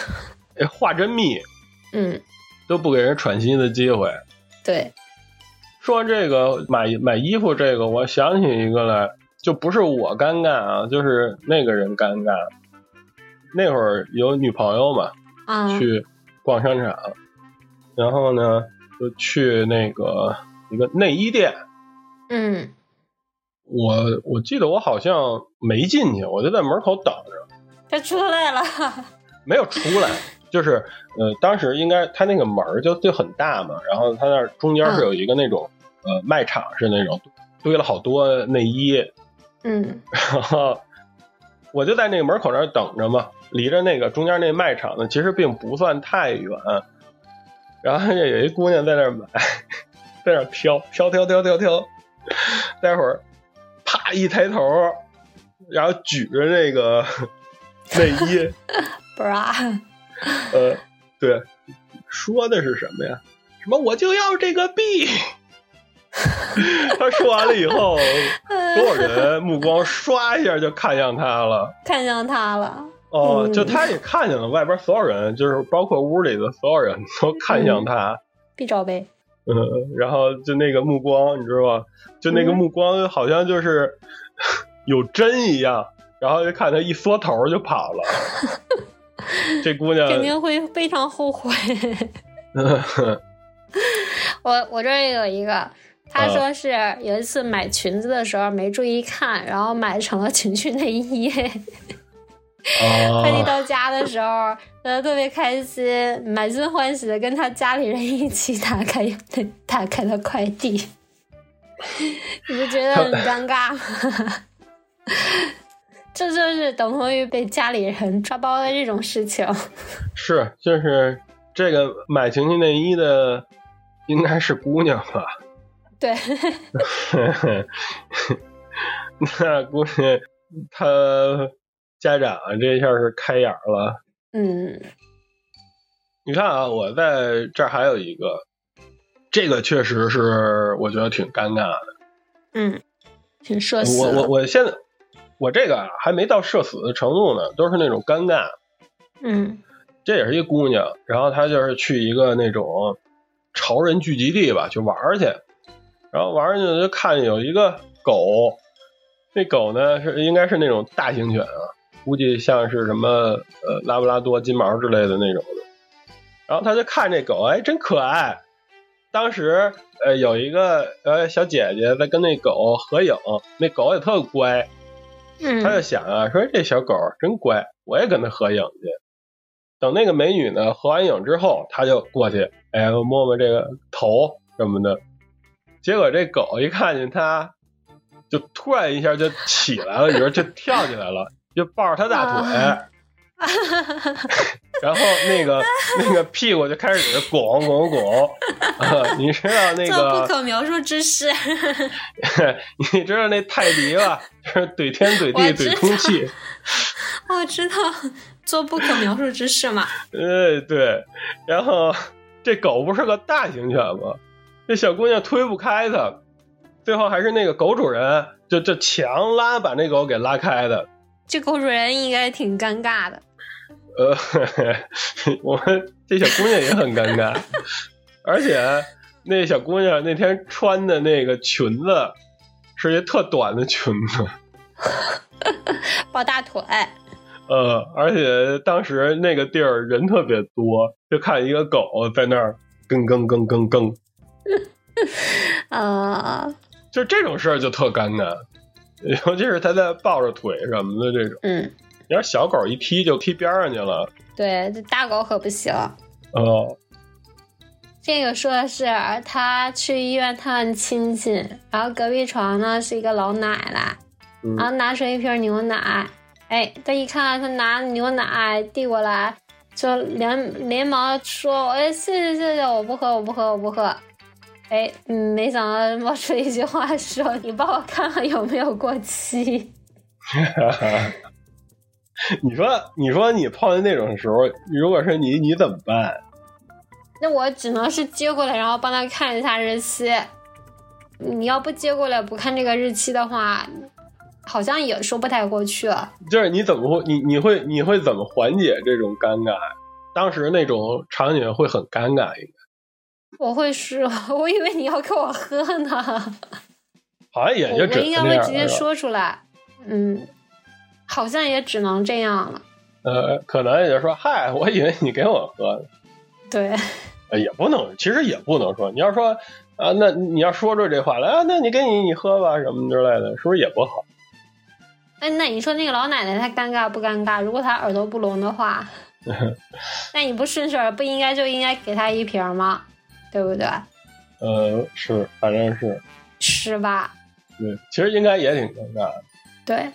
[SPEAKER 2] 哎，话真密，
[SPEAKER 3] 嗯，
[SPEAKER 2] 都不给人喘息的机会。
[SPEAKER 3] 对，
[SPEAKER 2] 说这个买买衣服这个，我想起一个来，就不是我尴尬啊，就是那个人尴尬。那会儿有女朋友嘛，
[SPEAKER 3] 啊、
[SPEAKER 2] 去逛商场，然后呢就去那个一个内衣店，
[SPEAKER 3] 嗯，
[SPEAKER 2] 我我记得我好像没进去，我就在门口等着，
[SPEAKER 3] 她出来了，
[SPEAKER 2] 没有出来。就是呃，当时应该他那个门儿就就很大嘛，然后他那儿中间是有一个那种、呃卖场是那种堆了好多内衣，
[SPEAKER 3] 嗯
[SPEAKER 2] 然后 我就在那个门口那儿等着嘛，离着那个中间那卖场呢，其实并不算太远。然后这有一姑娘在那儿买，在那儿挑挑挑挑挑挑，待会儿啪一抬头，然后举着那个内衣，
[SPEAKER 3] ，bra，
[SPEAKER 2] 呃，对，说的是什么呀？什么我就要这个 B。他说完了以后，所有人目光唰一下就看向他了。
[SPEAKER 3] 看向她了，
[SPEAKER 2] 哦，
[SPEAKER 3] 嗯
[SPEAKER 2] 就他也看见了，外边所有人，就是包括屋里的所有人 都看向他，
[SPEAKER 3] 必找呗，
[SPEAKER 2] 嗯然后就那个目光，你知道吧？就那个
[SPEAKER 3] 嗯
[SPEAKER 2] 目光好像就是、 有针一样，然后就看他一缩头就跑 了。这姑娘，嗯
[SPEAKER 3] 肯定会非常后悔。 我我这儿也有一个，他
[SPEAKER 2] 啊
[SPEAKER 3] 说是有一次买裙子的时候没注意看，然后买成了情趣内衣。
[SPEAKER 2] 嗯
[SPEAKER 3] 快递
[SPEAKER 2] 啊，
[SPEAKER 3] 到家的时候，他特别开心，满心欢喜的跟他家里人一起打开 打开了快递，你就觉得很尴尬吗？ 这就是等同于被家里人抓包的这种事情。
[SPEAKER 2] 是就是这个买情趣内衣的，应该是姑娘吧？
[SPEAKER 3] 对，
[SPEAKER 2] 那估计他家长啊这下是开眼儿了。
[SPEAKER 3] 嗯
[SPEAKER 2] 你看啊，我在这儿还有一个，这个确实是我觉得挺尴尬的。
[SPEAKER 3] 嗯，挺社死
[SPEAKER 2] 我
[SPEAKER 3] 了。
[SPEAKER 2] 我我现在我这个啊还没到社死的程度呢，都是那种尴尬。
[SPEAKER 3] 嗯
[SPEAKER 2] 这也是一姑娘，然后她就是去一个那种潮人聚集地吧，去玩儿去，然后玩儿去就看见有一个狗，那狗呢是应该是那种大型犬啊，估计像是什么呃拉布拉多、金毛之类的那种的，然后她就看这狗，哎，真可爱。当时呃有一个呃小姐姐在跟那狗合影，那狗也特乖，他就
[SPEAKER 3] 嗯
[SPEAKER 2] 想啊，说这小狗儿真乖，我也跟它合影去。等那个美女呢合完影之后，他就过去，哎，摸摸这个头什么的。结果这狗一看见他，就突然一下就起来了，有人就跳起来了，就抱着他大腿，
[SPEAKER 3] 啊
[SPEAKER 2] 然后那 个那个屁股就开始拱拱拱。啊，你知道那
[SPEAKER 3] 这
[SPEAKER 2] 个
[SPEAKER 3] 不可描述之事，
[SPEAKER 2] 你知道那泰迪吧？就是怼天怼
[SPEAKER 3] 我
[SPEAKER 2] 地
[SPEAKER 3] 知
[SPEAKER 2] 怼空
[SPEAKER 3] 道
[SPEAKER 2] 气。
[SPEAKER 3] 我哦知道做不可描述之事嘛。
[SPEAKER 2] 呃，对，然后这狗不是个大型犬吗？这小姑娘推不开它，最后还是那个狗主人就就强拉把那狗给拉开的。
[SPEAKER 3] 这狗主人应该挺尴尬的。
[SPEAKER 2] 呃， 我们这小姑娘也很尴尬，而且那小姑娘那天穿的那个裙子是一特短的裙子，
[SPEAKER 3] 抱大腿，
[SPEAKER 2] 呃，而且当时那个地儿人特别多，就看一个狗在那儿更更更更更。
[SPEAKER 3] 呃，
[SPEAKER 2] 就这种事儿就特尴尬，尤其是他在抱着腿什么的这种，
[SPEAKER 3] 嗯，
[SPEAKER 2] 你要是小狗一踢就踢边上去了，
[SPEAKER 3] 对，这大狗可不行。
[SPEAKER 2] 哦，
[SPEAKER 3] 这个说的是他去医院探亲戚，然后隔壁床呢是一个老奶奶，
[SPEAKER 2] 嗯
[SPEAKER 3] 然后拿出一瓶牛奶，哎，他一看他拿牛奶递过来，就连连忙说：“哎，谢谢谢谢，我不喝，我不喝，我不喝。”哎，嗯，没想到冒出一句话说：“你帮我看看有没有过期。
[SPEAKER 2] 你说你说你碰见那种时候，如果是你，你怎么办？”
[SPEAKER 3] 那我只能是接过来，然后帮他看一下日期。你要不接过来不看这个日期的话，好像也说不太过去了。
[SPEAKER 2] 就是你怎么会你你会你会怎么缓解这种尴尬？当时那种场景会很尴尬，应该
[SPEAKER 3] 我会说，我以为你要给我喝呢，
[SPEAKER 2] 好像
[SPEAKER 3] 我
[SPEAKER 2] 也就只
[SPEAKER 3] 我
[SPEAKER 2] 能
[SPEAKER 3] 应该
[SPEAKER 2] 那
[SPEAKER 3] 会
[SPEAKER 2] 样
[SPEAKER 3] 直接
[SPEAKER 2] 了是吧
[SPEAKER 3] 说出来。嗯，好像也只能这样了。
[SPEAKER 2] 呃，可能也就说嗨，我以为你给我喝，
[SPEAKER 3] 对，
[SPEAKER 2] 呃也不能，其实也不能说，你要说啊，那你要说出这话来啊，那你给你你喝吧什么之类的，是不是也不好？
[SPEAKER 3] 哎，那你说那个老奶奶她尴尬不尴尬？如果她耳朵不聋的 话，那你不顺手不应该就应该给她一瓶吗？对不对？
[SPEAKER 2] 呃，是，反正是，
[SPEAKER 3] 是吧？
[SPEAKER 2] 对，其实应该也挺尴尬的。
[SPEAKER 3] 对，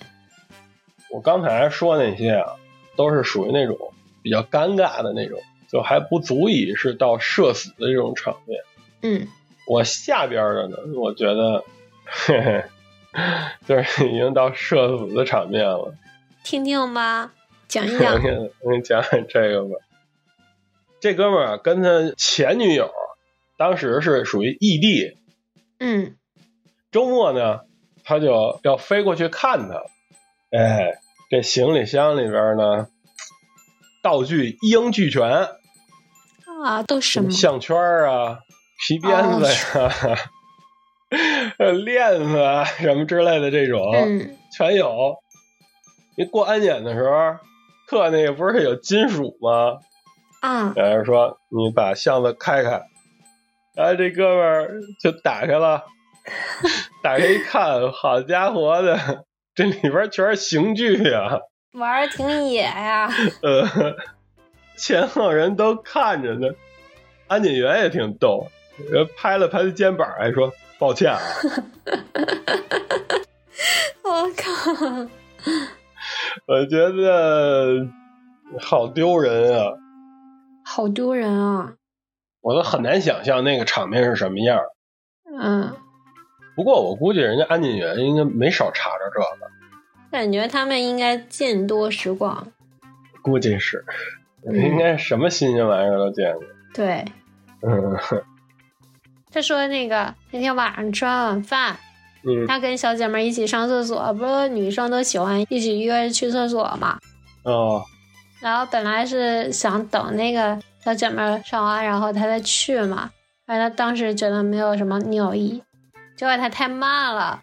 [SPEAKER 2] 我刚才说那些啊，都是属于那种比较尴尬的那种，就还不足以是到社死的这种场面。
[SPEAKER 3] 嗯，
[SPEAKER 2] 我下边的呢，我觉得， 嘿嘿，就是已经到社死的场面了。
[SPEAKER 3] 听听吧，讲 一
[SPEAKER 2] 我
[SPEAKER 3] 讲。
[SPEAKER 2] 给我给你嗯讲讲这个吧。这哥们儿啊跟他前女友当时是属于异地，
[SPEAKER 3] 嗯
[SPEAKER 2] 周末呢，他就要飞过去看他。哎，这行李箱里边呢，道具一应俱全，
[SPEAKER 3] 啊，都什么？
[SPEAKER 2] 项圈啊、皮鞭子呀、呃 链子啊什么之类的这种、
[SPEAKER 3] 哦嗯
[SPEAKER 2] 全有。你过安检的时候，测那个不是有金属吗？
[SPEAKER 3] 啊，
[SPEAKER 2] 然后说你把箱子开开，然后这哥们儿就打开了，打开一看，好家伙的，这里边全是刑具啊！
[SPEAKER 3] 玩儿挺野呀、
[SPEAKER 2] 呃，前后人都看着呢，安检员也挺逗，人拍了拍他肩膀，还说抱歉啊。
[SPEAKER 3] 我靠！
[SPEAKER 2] 我觉得好丢人啊，
[SPEAKER 3] 好丢人啊！
[SPEAKER 2] 我都很难想象那个场面是什么样儿。
[SPEAKER 3] 嗯，
[SPEAKER 2] 不过我估计人家安检员应该没少查着这个。
[SPEAKER 3] 感觉他们应该见多识广。
[SPEAKER 2] 估计是，
[SPEAKER 3] 嗯
[SPEAKER 2] 应该什么新鲜玩意儿都见过。
[SPEAKER 3] 对，
[SPEAKER 2] 嗯
[SPEAKER 3] 他说那个那天晚上吃完晚饭，
[SPEAKER 2] 嗯
[SPEAKER 3] 他跟小姐妹一起上厕所，不是女生都喜欢一起约着去厕所嘛？
[SPEAKER 2] 哦
[SPEAKER 3] 然后本来是想等那个小姐妹儿上完，然后她再去嘛。但是她当时觉得没有什么尿意，结果她太慢了，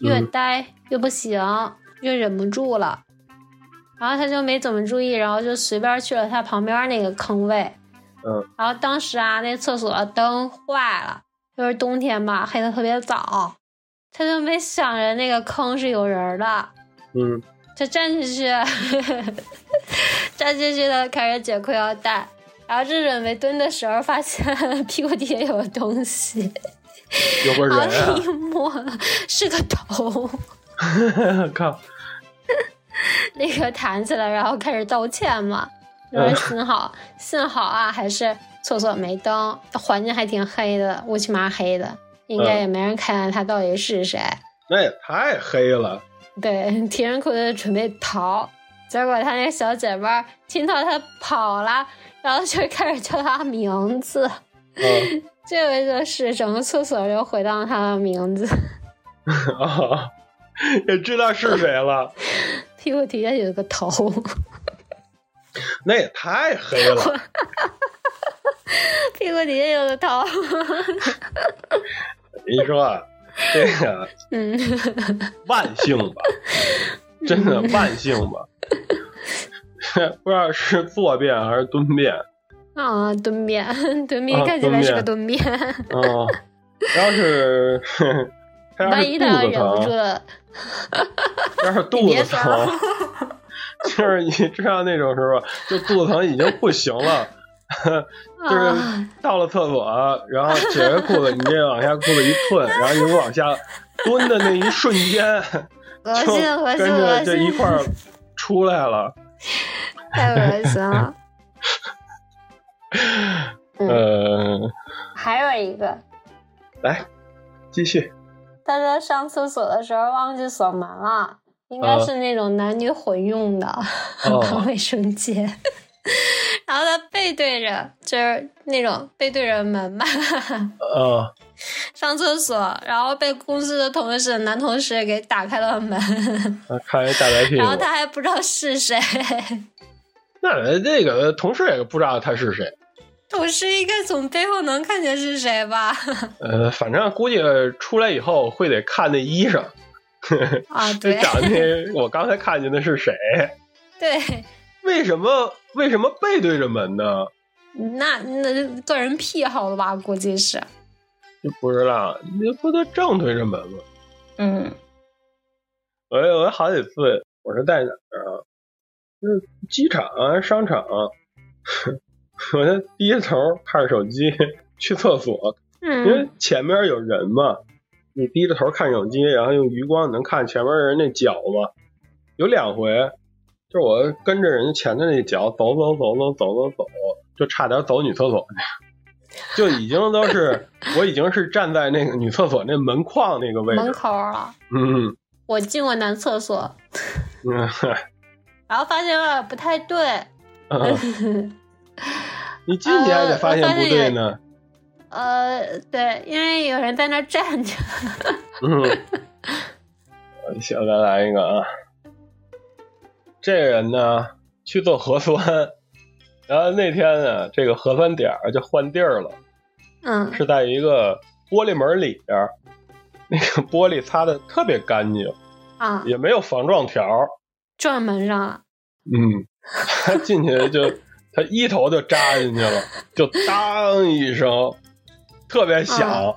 [SPEAKER 3] 越
[SPEAKER 2] 嗯
[SPEAKER 3] 呆越不行，越忍不住了。然后她就没怎么注意，然后就随便去了她旁边那个坑位。
[SPEAKER 2] 嗯。
[SPEAKER 3] 然后当时啊，那厕所灯坏了，就是冬天嘛，黑的特别早，她就没想着那个坑是有人儿的。
[SPEAKER 2] 嗯，
[SPEAKER 3] 就站进 去，站进去的开始解裤腰带，然后正准备蹲的时候，发现屁股底下有个东西，
[SPEAKER 2] 有个
[SPEAKER 3] 然
[SPEAKER 2] 人
[SPEAKER 3] 后一摸是个头，
[SPEAKER 2] 啊， 靠，
[SPEAKER 3] 那个弹起来，然后开始道歉嘛。然后幸好幸好啊，还是厕所没灯，环境还挺黑的，乌漆麻黑的，应该
[SPEAKER 2] 嗯
[SPEAKER 3] 也没人看见他到底是谁。
[SPEAKER 2] 那也太黑了，
[SPEAKER 3] 对， 提着裤子准备逃，结果他那小姐妹儿听到他跑了，然后就开始叫他名字。
[SPEAKER 2] 嗯
[SPEAKER 3] 这回就是整个厕所就回荡他的名字，
[SPEAKER 2] 啊，也知道是谁了，
[SPEAKER 3] 屁股底下有个头，
[SPEAKER 2] 那也太黑了，
[SPEAKER 3] 屁股底下有个头。
[SPEAKER 2] 你说啊这个
[SPEAKER 3] 嗯，
[SPEAKER 2] 万幸吧，真的万幸吧， 不知道是坐便还是蹲便，
[SPEAKER 3] 啊，蹲便， 蹲便
[SPEAKER 2] 啊
[SPEAKER 3] 看起来是个
[SPEAKER 2] 蹲
[SPEAKER 3] 蹲便，
[SPEAKER 2] 嗯，要是 他要
[SPEAKER 3] 万
[SPEAKER 2] 是
[SPEAKER 3] 一
[SPEAKER 2] 肚
[SPEAKER 3] 他
[SPEAKER 2] 子
[SPEAKER 3] 忍不住
[SPEAKER 2] 疼，
[SPEAKER 3] 了，
[SPEAKER 2] 要是
[SPEAKER 3] 你
[SPEAKER 2] 肚
[SPEAKER 3] 别
[SPEAKER 2] 子
[SPEAKER 3] 说
[SPEAKER 2] 疼。 就是你知道那种时候，就肚子疼已经不行了，就是
[SPEAKER 3] 啊，
[SPEAKER 2] 到了厕所，然后解开裤子，你这往下裤子一吞，然后你往下蹲的那一瞬间，
[SPEAKER 3] 恶
[SPEAKER 2] 就
[SPEAKER 3] 心啊恶心
[SPEAKER 2] 跟
[SPEAKER 3] 恶
[SPEAKER 2] 着就一
[SPEAKER 3] 心，
[SPEAKER 2] 块儿出来了。
[SPEAKER 3] 太恶心了。 嗯，
[SPEAKER 2] 呃，
[SPEAKER 3] 还有一个，
[SPEAKER 2] 来继续，
[SPEAKER 3] 他说上厕所的时候忘记锁门了，应该是那种男女混用的、
[SPEAKER 2] 哦
[SPEAKER 3] 卫生间。然后他背对着，就是那种背对着门嘛，
[SPEAKER 2] 呃，
[SPEAKER 3] 上厕所，然后被公司的同事男同事给打开了门，
[SPEAKER 2] 看来大白屁股
[SPEAKER 3] 然后，他还不知道是谁，
[SPEAKER 2] 那这个同事也不知道他是谁，
[SPEAKER 3] 同事应该从背后能看见是谁吧？
[SPEAKER 2] 呃，反正估计出来以后会得看那衣裳，
[SPEAKER 3] 啊，
[SPEAKER 2] 得
[SPEAKER 3] 对
[SPEAKER 2] 找那我刚才看见的是谁。
[SPEAKER 3] 对，
[SPEAKER 2] 为什么为什么背对着门呢？
[SPEAKER 3] 那那个人癖好了吧？估计是，
[SPEAKER 2] 就不知道，你不都正对着门吗？
[SPEAKER 3] 嗯，
[SPEAKER 2] 我有我好几次，我是在哪儿啊？就是机场啊、商场啊， 我就低着头看着手机去厕所，因为
[SPEAKER 3] 嗯，
[SPEAKER 2] 前面有人嘛，你低着头看手机，然后用余光能看前面人那脚嘛。有两回，就是我跟着人家前头那脚走走走走走走走，就差点走女厕所 去，就已经都 是我已经是站在那个女厕所那门框那个位
[SPEAKER 3] 门
[SPEAKER 2] 置，
[SPEAKER 3] 口啊了，
[SPEAKER 2] 嗯
[SPEAKER 3] 我进过男厕所，
[SPEAKER 2] 嗯。
[SPEAKER 3] 然后发现有点不太对，
[SPEAKER 2] 嗯 你进去还得发现不对呢。
[SPEAKER 3] 呃，对，因为有人在那儿站着，
[SPEAKER 2] 嗯，行，再来一个啊。这人呢去做核酸，然后那天呢，这个核酸点儿就换地儿了，
[SPEAKER 3] 嗯
[SPEAKER 2] 是在一个玻璃门里边儿，那个玻璃擦的特别干净，
[SPEAKER 3] 啊，
[SPEAKER 2] 也没有防撞条儿。
[SPEAKER 3] 撞门上了，
[SPEAKER 2] 嗯，他进去就他一头就扎进去了，就当一声，特别响，
[SPEAKER 3] 嗯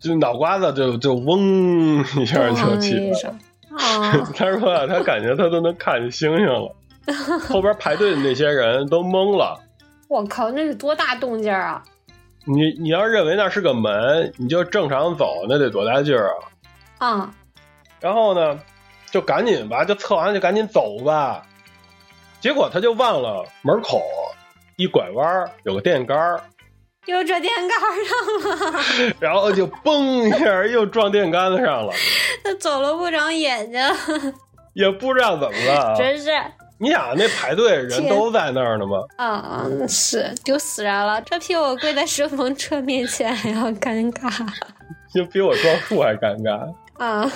[SPEAKER 2] 就脑瓜子就就嗡一下就
[SPEAKER 3] 咣
[SPEAKER 2] 起来
[SPEAKER 3] 一
[SPEAKER 2] 了。
[SPEAKER 3] 声，啊，
[SPEAKER 2] 他说、啊、他感觉他都能看见星星了，后边排队的那些人都懵了。
[SPEAKER 3] 我靠，那是多大动静儿啊！
[SPEAKER 2] 你你要认为那是个门，你就正常走，那得多大劲儿啊！
[SPEAKER 3] 啊，
[SPEAKER 2] 然后呢，就赶紧吧，就测完就赶紧走吧。结果他就忘了门口一拐弯儿有个电杆儿，
[SPEAKER 3] 又撞电杆儿上 了，
[SPEAKER 2] 然后就嘣一下又撞电杆子上了，
[SPEAKER 3] 他走了不长眼睛，
[SPEAKER 2] 也不知道怎么了啊。
[SPEAKER 3] 真是，
[SPEAKER 2] 你想啊那排队人都在那儿呢吗？
[SPEAKER 3] 啊，是丢死人了，这比我跪在顺风车面前还要尴尬
[SPEAKER 2] 就比我撞树还尴尬。
[SPEAKER 3] 啊！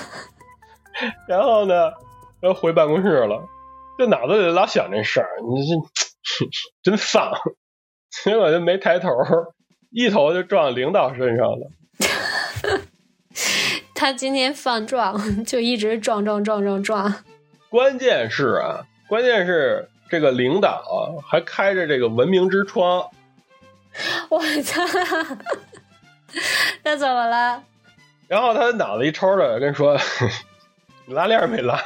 [SPEAKER 2] 然后呢，然后回办公室了，这脑子里老想这事儿，你这 真丧。结果就没抬头，一头就撞领导身上了。
[SPEAKER 3] 他今天放撞，就一直撞撞撞撞撞，
[SPEAKER 2] 关键是啊，关键是这个领导啊还开着这个文明之窗，
[SPEAKER 3] 我操！那怎么了？
[SPEAKER 2] 然后他脑子一抽着跟说：“你拉链没拉？”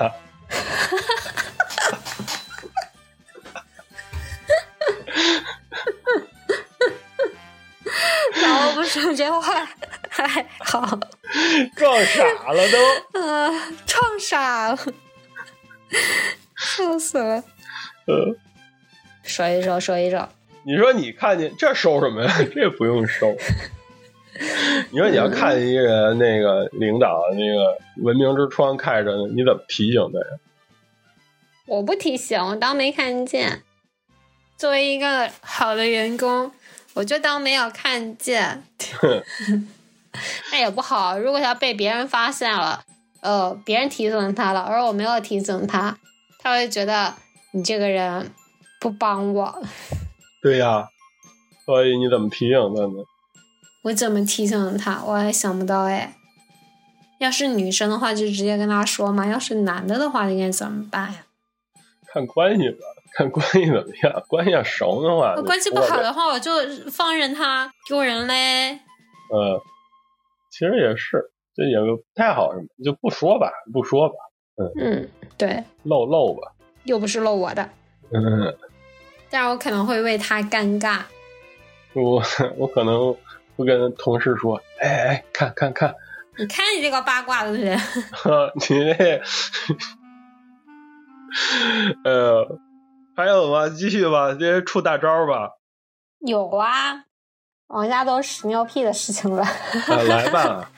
[SPEAKER 3] 感觉我还哎好，
[SPEAKER 2] 撞傻了都。
[SPEAKER 3] 呃，撞傻了，笑死了。
[SPEAKER 2] 呃，
[SPEAKER 3] 说一说，说一说，
[SPEAKER 2] 你说你看见这收什么呀？ 这不用收。你说你要看见一个人那个领导那个文明之窗开着呢，你怎么提醒他呀？
[SPEAKER 3] 我不提醒，我当没看见。作为一个好的员工，我就当没有看 见。那也不好，如果要被别人发现了，呃，别人提醒他了，而我没有提醒他，他会觉得你这个人不帮我。
[SPEAKER 2] 对呀、所以你怎么提醒他呢？
[SPEAKER 3] 我怎么提醒他？我还想不到哎。要是女生的话，就直接跟他说嘛；要是男的的话，应该怎么办呀？
[SPEAKER 2] 看关系吧，看关系怎么样。关系要熟的话，
[SPEAKER 3] 呃
[SPEAKER 2] 你
[SPEAKER 3] 关系不
[SPEAKER 2] 说
[SPEAKER 3] 好
[SPEAKER 2] 呗
[SPEAKER 3] 的话，我就放任他丢人嘞。
[SPEAKER 2] 嗯，其实也是，这也不太好什么，就不说吧，不说吧，
[SPEAKER 3] 嗯，对，
[SPEAKER 2] 露露吧。
[SPEAKER 3] 又不是漏我的，
[SPEAKER 2] 嗯，
[SPEAKER 3] 但是我可能会为他尴尬。
[SPEAKER 2] 我我可能会跟同事说，哎哎，看看看，
[SPEAKER 3] 你看你这个八卦的人，
[SPEAKER 2] 呵 你这，呃，还有吗？继续吧，这些出大招吧，
[SPEAKER 3] 有啊，往下都屎尿屁的事情了。
[SPEAKER 2] 啊来吧，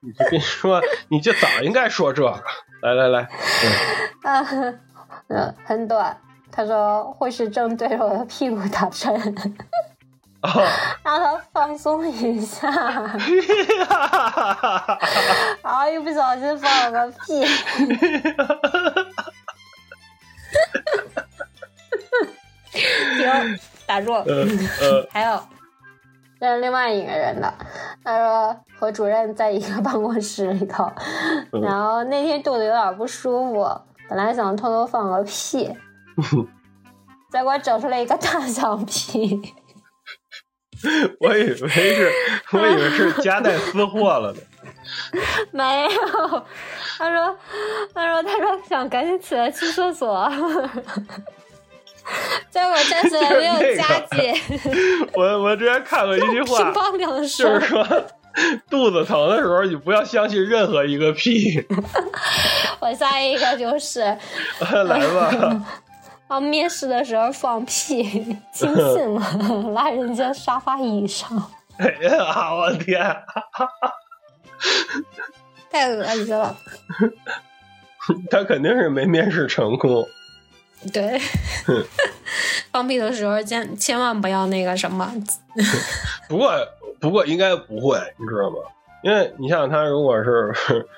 [SPEAKER 2] 你就跟你说，你就早应该说这个。来来来，
[SPEAKER 3] 啊，嗯，很短。他说会是正对着我的屁股打针，
[SPEAKER 2] 啊、
[SPEAKER 3] 让他放松一下， 然后一啊不小心放了个屁。 停，打住。
[SPEAKER 2] 呃呃，
[SPEAKER 3] 还有，这是另外一个人的，他说和主任在一个办公室里头，
[SPEAKER 2] 嗯
[SPEAKER 3] 然后那天肚子有点不舒服，本来想偷偷放个 屁，结果整出来一个大响屁，
[SPEAKER 2] 我以为是，我以为是夹带私货了呢。
[SPEAKER 3] 没有。他说，他说，他说想赶紧起来去厕所。 结果站起来没有加紧，
[SPEAKER 2] 我我之前看过一句
[SPEAKER 3] 乒
[SPEAKER 2] 话，
[SPEAKER 3] 乓两
[SPEAKER 2] 就是
[SPEAKER 3] 声，
[SPEAKER 2] 说肚子疼的时候，你不要相信任何一个屁。
[SPEAKER 3] 我下一个就是
[SPEAKER 2] 来吧，
[SPEAKER 3] 然后面试的时候放屁， 轻信了， 拉人家沙发椅上，
[SPEAKER 2] 哎呀，我天，啊
[SPEAKER 3] 太恶心了。
[SPEAKER 2] 他肯定是没面试成功。
[SPEAKER 3] 对，放屁的时候千千万不要那个什么，
[SPEAKER 2] 不过不过应该不会，你知道吗？因为你像他如果是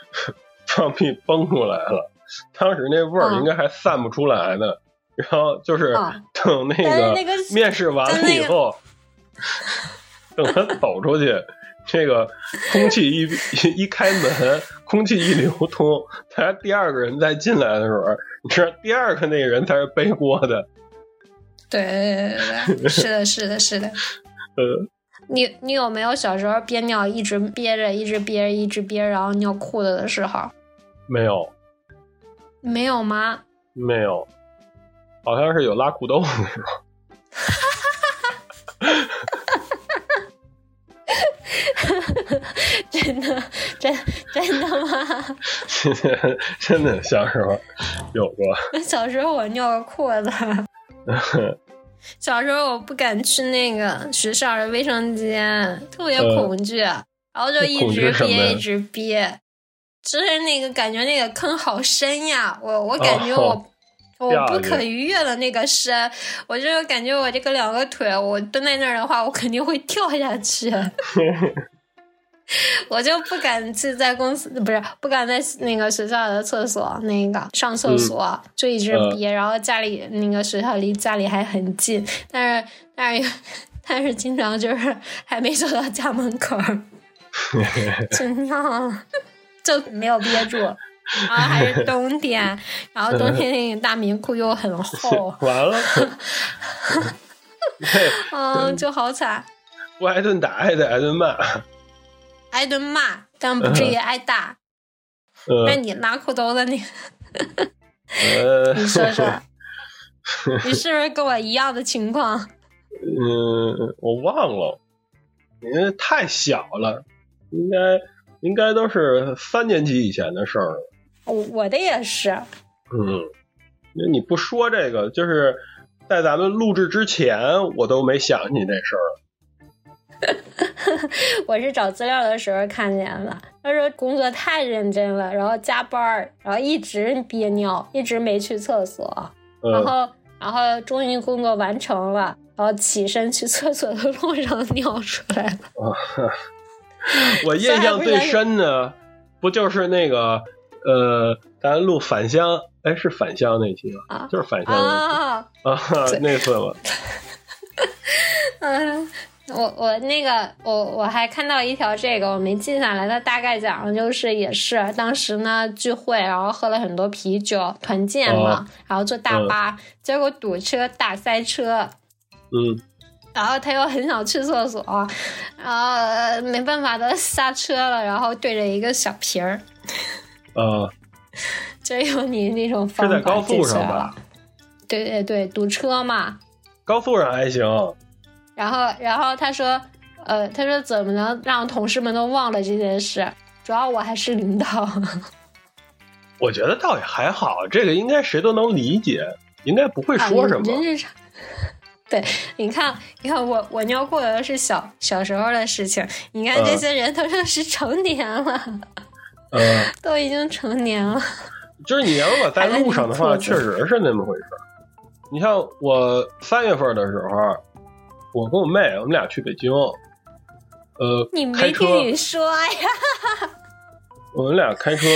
[SPEAKER 2] 放屁崩出来了，当时那味儿
[SPEAKER 3] 嗯
[SPEAKER 2] 应该还散不出来呢。然后就是
[SPEAKER 3] 嗯
[SPEAKER 2] 等那
[SPEAKER 3] 但是
[SPEAKER 2] 个
[SPEAKER 3] 那个
[SPEAKER 2] 面试完
[SPEAKER 3] 但
[SPEAKER 2] 了
[SPEAKER 3] 那
[SPEAKER 2] 以
[SPEAKER 3] 个
[SPEAKER 2] 后，等他走出去，这个空气一一 一开门，空气一流通，他第二个人再进来的时候，你知道第二个那个人才是背锅的。
[SPEAKER 3] 对对对对对，是的，是的，是的。
[SPEAKER 2] 呃，
[SPEAKER 3] 你你有没有小时候憋尿一直憋着，一直憋着，一直憋着，然后尿裤子的时候？
[SPEAKER 2] 没有
[SPEAKER 3] 没有吗？
[SPEAKER 2] 没有，好像是有拉裤兜的 时候。
[SPEAKER 3] 真的真真的吗？
[SPEAKER 2] 真的小时候有过，
[SPEAKER 3] 小时候我尿过裤 子。小时候我不敢去那个学校的卫生间，特别恐惧，然后就一
[SPEAKER 2] 呃恐惧
[SPEAKER 3] 直
[SPEAKER 2] 什么呀
[SPEAKER 3] 憋，一直憋，就是那个感觉那个坑好深呀，我我感觉我、
[SPEAKER 2] 哦
[SPEAKER 3] 我不
[SPEAKER 2] 下去，
[SPEAKER 3] 可逾越的那个深，我就感觉我这个两个腿，我蹲在那儿的话，我肯定会跳下去。我就不敢去在公司，不是不敢在那个学校的厕所那个上厕所，就一直憋。然后家里那个学校离家里还很近，但是但是但是经常就是还没走到家门口儿就尿了，就没有憋住。然后还是冬天，然后冬天那个大棉裤又很厚
[SPEAKER 2] 完了，
[SPEAKER 3] 嗯，就好惨，
[SPEAKER 2] 不挨顿打还得挨顿骂。
[SPEAKER 3] 挨顿骂，但不至于挨打。那
[SPEAKER 2] 呃
[SPEAKER 3] 你拉裤兜的那个，
[SPEAKER 2] 呃，
[SPEAKER 3] 哎你说说，你是不是跟我一样的情况？
[SPEAKER 2] 嗯，我忘了，您太小了，应该应该都是三年级以前的事儿了。
[SPEAKER 3] 我我的也是，
[SPEAKER 2] 嗯，因为你不说这个，就是在咱们录制之前，我都没想起这事儿。
[SPEAKER 3] 我是找资料的时候看见了，他说工作太认真了，然后加班儿，然后一直憋尿，一直没去厕所，然
[SPEAKER 2] 嗯，
[SPEAKER 3] 后然后终于工作完成了，然后起身去厕所的路上 尿出来了。
[SPEAKER 2] 我印象最深的不就是那个呃，咱录返乡，哎，是返乡那期吗？
[SPEAKER 3] 啊
[SPEAKER 2] 就是返乡那期
[SPEAKER 3] 啊，
[SPEAKER 2] 啊 哈那次吧。
[SPEAKER 3] 嗯， 我我那个我我还看到一条这个我没记下来，它大概讲的就是也是当时呢聚会，然后喝了很多啤酒，团建
[SPEAKER 2] 哦
[SPEAKER 3] 嘛，然后坐大巴，结果堵车大塞车，
[SPEAKER 2] 嗯，
[SPEAKER 3] 然后他又很想去厕所，然后、呃、没办法的刹车了，然后对着一个小瓶儿，
[SPEAKER 2] 啊，
[SPEAKER 3] 就用你那种方法
[SPEAKER 2] 是在高速上吧
[SPEAKER 3] 记起来了？对对对，堵车嘛。
[SPEAKER 2] 高速上还行。
[SPEAKER 3] 然后然后他说，呃，他说怎么能让同事们都忘了这件事？主要我还是 领导，
[SPEAKER 2] 我觉得倒也还好，这个应该谁都能理解，应该不会说什
[SPEAKER 3] 啊
[SPEAKER 2] 么。
[SPEAKER 3] 人人是。对，你看，你看我我尿过的是小小时候的事情，你看
[SPEAKER 2] 嗯
[SPEAKER 3] 这些人都认识成年了，
[SPEAKER 2] 嗯、
[SPEAKER 3] 都已经成年了。
[SPEAKER 2] 就是你如果在路上的话，
[SPEAKER 3] 还在那
[SPEAKER 2] 确
[SPEAKER 3] 坐着
[SPEAKER 2] 实是那么回事儿。你像我三月份的时候，我跟我妹我们俩去北京，呃，
[SPEAKER 3] 你没
[SPEAKER 2] 开车
[SPEAKER 3] 听你说呀？
[SPEAKER 2] 我们俩开车，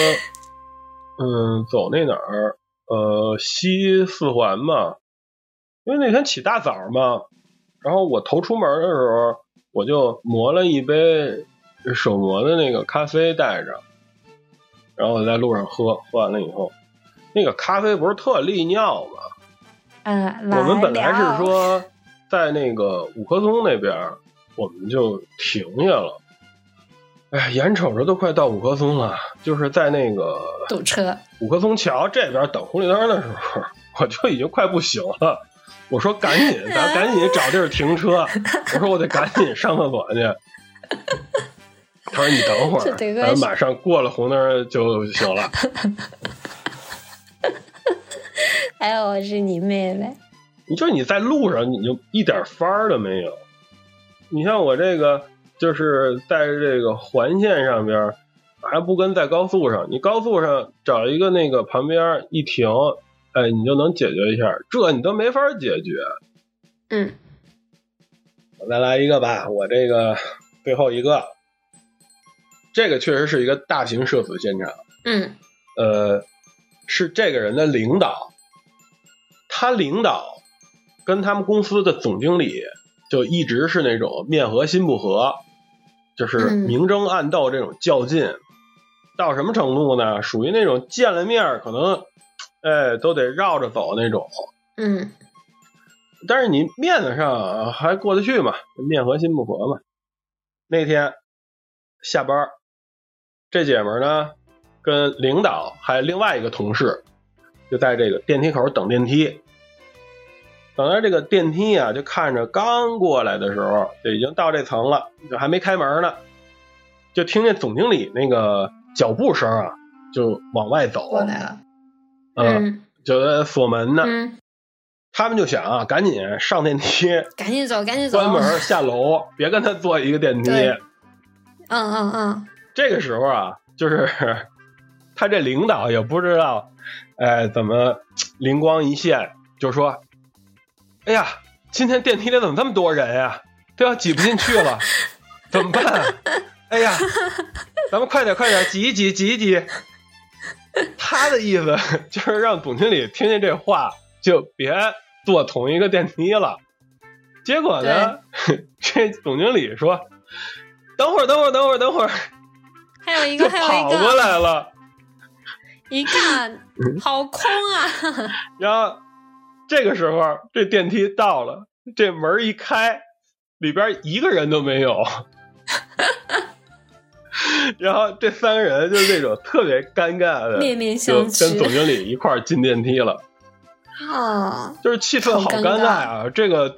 [SPEAKER 2] 嗯，走那哪儿？呃，西四环嘛。因为那天起大早嘛，然后我头出门的时候，我就磨了一杯手磨的那个咖啡带着，然后我在路上喝，喝完了以后，那个咖啡不是特利尿嘛？
[SPEAKER 3] 嗯，
[SPEAKER 2] 我们本来
[SPEAKER 3] 聊
[SPEAKER 2] 是说在那个五棵松那边儿，我们就停下了。哎，眼瞅着都快到五棵松了，就是在那个
[SPEAKER 3] 堵车，
[SPEAKER 2] 五棵松桥这边等红绿灯的时候，我就已经快不行了。我说赶紧， 咱赶紧找地儿停车。我说我得赶紧上厕所去。他说你等会
[SPEAKER 3] 这
[SPEAKER 2] 儿，
[SPEAKER 3] 得亏
[SPEAKER 2] 咱
[SPEAKER 3] 是
[SPEAKER 2] 马上过了红灯就行了。
[SPEAKER 3] 还有哎我是你妹妹，
[SPEAKER 2] 你就你在路上你就一点法儿都没有。你像我这个，就是在这个环线上边儿，还不跟在高速上。你高速上找一个那个旁边儿一停，哎，你就能解决一下。这你都没法解决。
[SPEAKER 3] 嗯，
[SPEAKER 2] 我再来一个吧，我这个最后一个，这个确实是一个大型社死现场。
[SPEAKER 3] 嗯
[SPEAKER 2] 呃，是这个人的领导，他领导跟他们公司的总经理就一直是那种面和心不和，就是
[SPEAKER 3] 嗯
[SPEAKER 2] 明争暗斗这种较劲，到什么程度呢？属于那种见了面儿可能，哎，都得绕着走那种。
[SPEAKER 3] 嗯
[SPEAKER 2] 但是你面子上啊还过得去嘛，面和心不和嘛。那天下班儿，这姐们儿呢跟领导还有另外一个同事就在这个电梯口等电梯。等到这个电梯啊，就看着刚过来的时候就已经到这层了，就还没开门呢，就听见总经理那个脚步声啊，就往外走
[SPEAKER 3] 过来了，
[SPEAKER 2] 嗯，
[SPEAKER 3] 嗯
[SPEAKER 2] 就在锁门呢。
[SPEAKER 3] 嗯，
[SPEAKER 2] 他们就想啊，赶紧上电梯，
[SPEAKER 3] 赶紧走，赶紧走，
[SPEAKER 2] 关门下楼，别跟他坐一个电梯。
[SPEAKER 3] 对嗯嗯嗯，
[SPEAKER 2] 这个时候啊，就是 他这领导也不知道，哎，怎么灵光一现，就说：“哎呀，今天电梯里怎么这么多人呀、都要挤不进去了，怎么办？哎呀，咱们快点快点，挤一挤，挤一挤。”他的意思就是让总经理听见这话，就别坐同一个电梯了。结果呢， 这总经理说：“等会儿，等会儿，等会儿，等会儿。”
[SPEAKER 3] 还有一
[SPEAKER 2] 就
[SPEAKER 3] 个，还有
[SPEAKER 2] 跑
[SPEAKER 3] 一
[SPEAKER 2] 过
[SPEAKER 3] 个，
[SPEAKER 2] 来了，
[SPEAKER 3] 一看
[SPEAKER 2] 嗯
[SPEAKER 3] 好空啊，
[SPEAKER 2] 然后这个时候这电梯到了，这门一开，里边一个人都没 有，然后这三个人就是那种特别尴尬的，
[SPEAKER 3] 面面
[SPEAKER 2] 就
[SPEAKER 3] 相
[SPEAKER 2] 跟
[SPEAKER 3] 觑
[SPEAKER 2] 总经理一块儿进电梯了，
[SPEAKER 3] 啊，
[SPEAKER 2] 就是气氛好
[SPEAKER 3] 好尴嗯
[SPEAKER 2] 尬啊！这个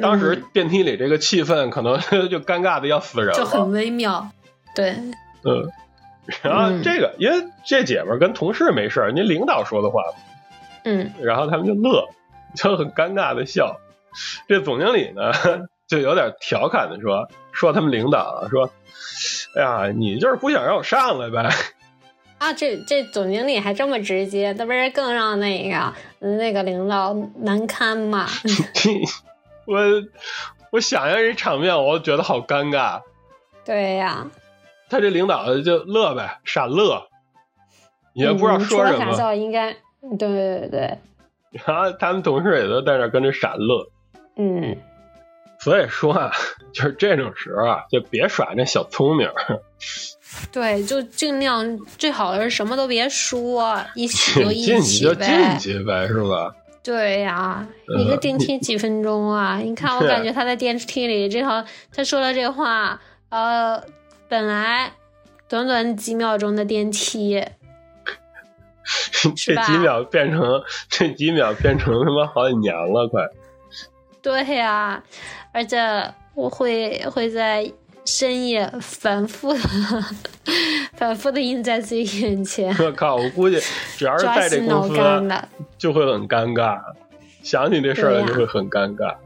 [SPEAKER 2] 当时电梯里这个气氛可能就尴尬的要死人了，
[SPEAKER 3] 就很微妙。
[SPEAKER 4] 对，
[SPEAKER 2] 嗯，然后
[SPEAKER 3] 嗯
[SPEAKER 2] 这个因为这姐们儿跟同事没事儿，您领导说的话，
[SPEAKER 4] 嗯
[SPEAKER 2] 然后他们就乐，就很尴尬的笑。这总经理呢，就有点调侃的说说他们领导啊说，哎呀，你就是不想让我上来呗？
[SPEAKER 4] 啊，这这总经理还这么直接，那不是更让那个嗯那个领导难堪嘛？
[SPEAKER 2] 我我想象这场面，我觉得好尴尬。
[SPEAKER 4] 对呀、
[SPEAKER 2] 他这领导就乐呗，傻乐，也不知道
[SPEAKER 4] 嗯
[SPEAKER 2] 说
[SPEAKER 4] 除
[SPEAKER 2] 什
[SPEAKER 4] 了
[SPEAKER 2] 么
[SPEAKER 4] 傻。笑，应该对对对对，
[SPEAKER 2] 然后他们同事也都在那儿跟着傻乐。
[SPEAKER 4] 嗯
[SPEAKER 2] 所以说啊，就是这种时候啊，就别耍那小聪明儿。
[SPEAKER 3] 对，就尽量最好是什么都别说，一起就
[SPEAKER 2] 你 进
[SPEAKER 3] 一
[SPEAKER 2] 去
[SPEAKER 3] 起
[SPEAKER 2] 就进
[SPEAKER 3] 呗。
[SPEAKER 2] 去呗，是吧？
[SPEAKER 3] 对呀、
[SPEAKER 2] 呃
[SPEAKER 3] 一个电梯几分钟啊！你看，我
[SPEAKER 2] 对
[SPEAKER 3] 感觉他在电梯里，这好他说了这话，呃，本来短短几秒钟的电梯，
[SPEAKER 2] 这
[SPEAKER 3] 吧
[SPEAKER 2] 几秒变成这几秒变成他妈好几年了，快！
[SPEAKER 3] 对呀、而且我会会在深夜反复的 反复的印在自己眼前，
[SPEAKER 2] 我靠，我估计只要是
[SPEAKER 3] 抓
[SPEAKER 2] 在这
[SPEAKER 3] 心挠
[SPEAKER 2] 公司
[SPEAKER 3] 肝的。
[SPEAKER 2] 就会很尴尬，想起这事儿
[SPEAKER 3] 对
[SPEAKER 2] 来
[SPEAKER 3] 呀
[SPEAKER 2] 就会很尴尬，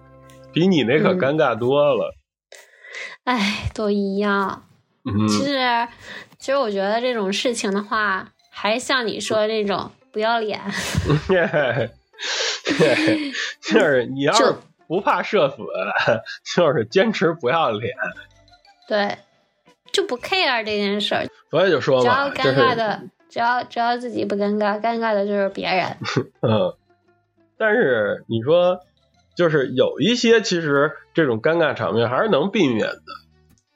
[SPEAKER 2] 比你那可
[SPEAKER 3] 嗯
[SPEAKER 2] 尴尬多了。
[SPEAKER 3] 唉，都一样。
[SPEAKER 2] 嗯，
[SPEAKER 3] 其实，其实我觉得这种事情的话，还像你说的那种不要脸，
[SPEAKER 2] 嘿嘿嘿就是你要是
[SPEAKER 3] 就
[SPEAKER 2] 不怕社死，就是坚持不要脸。
[SPEAKER 3] 对，就不 care 这件事儿，
[SPEAKER 2] 所以就说
[SPEAKER 3] 只
[SPEAKER 2] 嘛，
[SPEAKER 3] 要
[SPEAKER 2] 就
[SPEAKER 3] 尴
[SPEAKER 2] 是
[SPEAKER 3] 尬的，只要只要自己不尴尬，尴尬的就是别人。
[SPEAKER 2] 嗯，但是你说，就是有一些其实这种尴尬场面还是能避免的。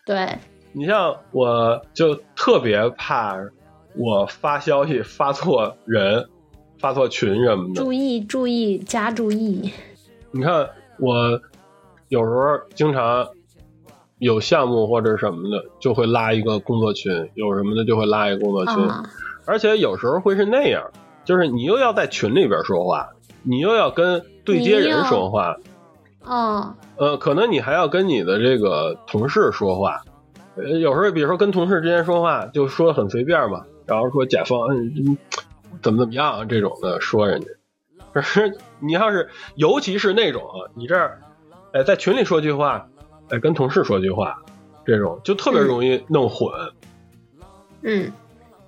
[SPEAKER 3] 对，
[SPEAKER 2] 你像我就特别怕我发消息发错人、发错群什么的。
[SPEAKER 3] 注意注意加注意，
[SPEAKER 2] 你看我有时候经常有项目或者什么的，就会拉一个工作群，有什么的就会拉一个工作群。
[SPEAKER 3] 啊、
[SPEAKER 2] 而且有时候会是那样，就是你又要在群里边说话，你又要跟对接人说话，
[SPEAKER 3] 嗯，
[SPEAKER 2] 呃，可能你还要跟你的这个同事说话。呃，有时候比如说跟同事之间说话，就说得很随便嘛，然后说甲方嗯嗯怎么怎么样啊这种的说人家。可是你要是尤其是那种啊，你这儿哎在群里说句话，哎跟同事说句话，这种就特别容易弄混。
[SPEAKER 3] 嗯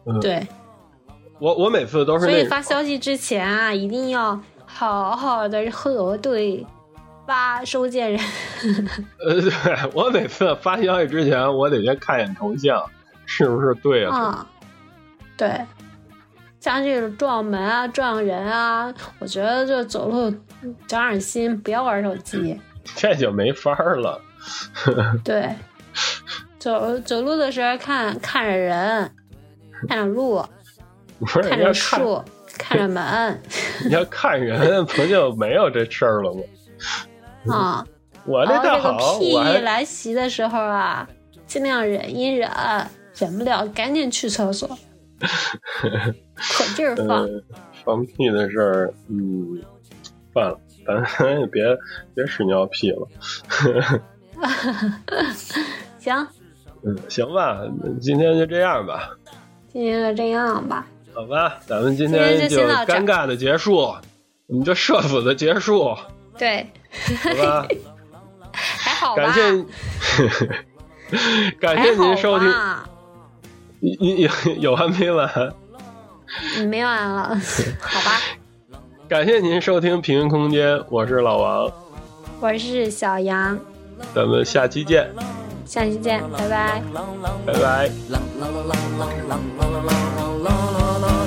[SPEAKER 2] 嗯，
[SPEAKER 3] 对，
[SPEAKER 2] 我我每次都是
[SPEAKER 3] 所
[SPEAKER 2] 那
[SPEAKER 3] 以
[SPEAKER 2] 种
[SPEAKER 3] 发消息之前啊，一定要好好的核对发收件人。
[SPEAKER 2] 呃， 对我每次发消息之前，我得先看一眼头像，是不是对啊？
[SPEAKER 3] 啊，对，像这种撞门啊、撞人啊，我觉得就走路嗯长点心，不要玩手机。
[SPEAKER 2] 这就没法儿了。
[SPEAKER 3] 对，走走路的时候看看着人，看着 路，
[SPEAKER 2] 不是
[SPEAKER 3] 看
[SPEAKER 2] 你要
[SPEAKER 3] 着
[SPEAKER 2] 看，
[SPEAKER 3] 树，看着 门
[SPEAKER 2] 你要看人，不就没有这事儿了吗？
[SPEAKER 3] 啊。
[SPEAKER 2] 我嗯这
[SPEAKER 3] 然后
[SPEAKER 2] 倒
[SPEAKER 3] 这个
[SPEAKER 2] 好，
[SPEAKER 3] 屁
[SPEAKER 2] 我
[SPEAKER 3] 意
[SPEAKER 2] 还
[SPEAKER 3] 来袭的时候啊，尽量忍一忍，忍不了赶紧去 厕所，可劲儿放。
[SPEAKER 2] 嗯，放屁的事儿，嗯，算了，咱也别别屎尿屁了。
[SPEAKER 3] 行，
[SPEAKER 2] 嗯，行吧，今天就这样吧，
[SPEAKER 3] 今天就这样吧。
[SPEAKER 2] 好吧，咱们今
[SPEAKER 3] 今天
[SPEAKER 2] 天
[SPEAKER 3] 就
[SPEAKER 2] 就
[SPEAKER 3] 先到这儿
[SPEAKER 2] 尴尬的结束，我们就社死的结束，好
[SPEAKER 3] 对，
[SPEAKER 2] 吧？
[SPEAKER 3] 还 好吧。
[SPEAKER 2] 感谢， 感谢
[SPEAKER 3] 还好
[SPEAKER 2] 您收听，
[SPEAKER 3] 吧
[SPEAKER 2] 你你有完没完？
[SPEAKER 3] 嗯没完 了，好吧，
[SPEAKER 2] 感谢您收听《平行空间》，我是老王，
[SPEAKER 3] 我是小杨，
[SPEAKER 2] 咱们下期见，
[SPEAKER 3] 下期见，拜拜。
[SPEAKER 2] 拜拜。
[SPEAKER 5] 啦啦啦啦啦啦啦啦啦啦啦啦啦。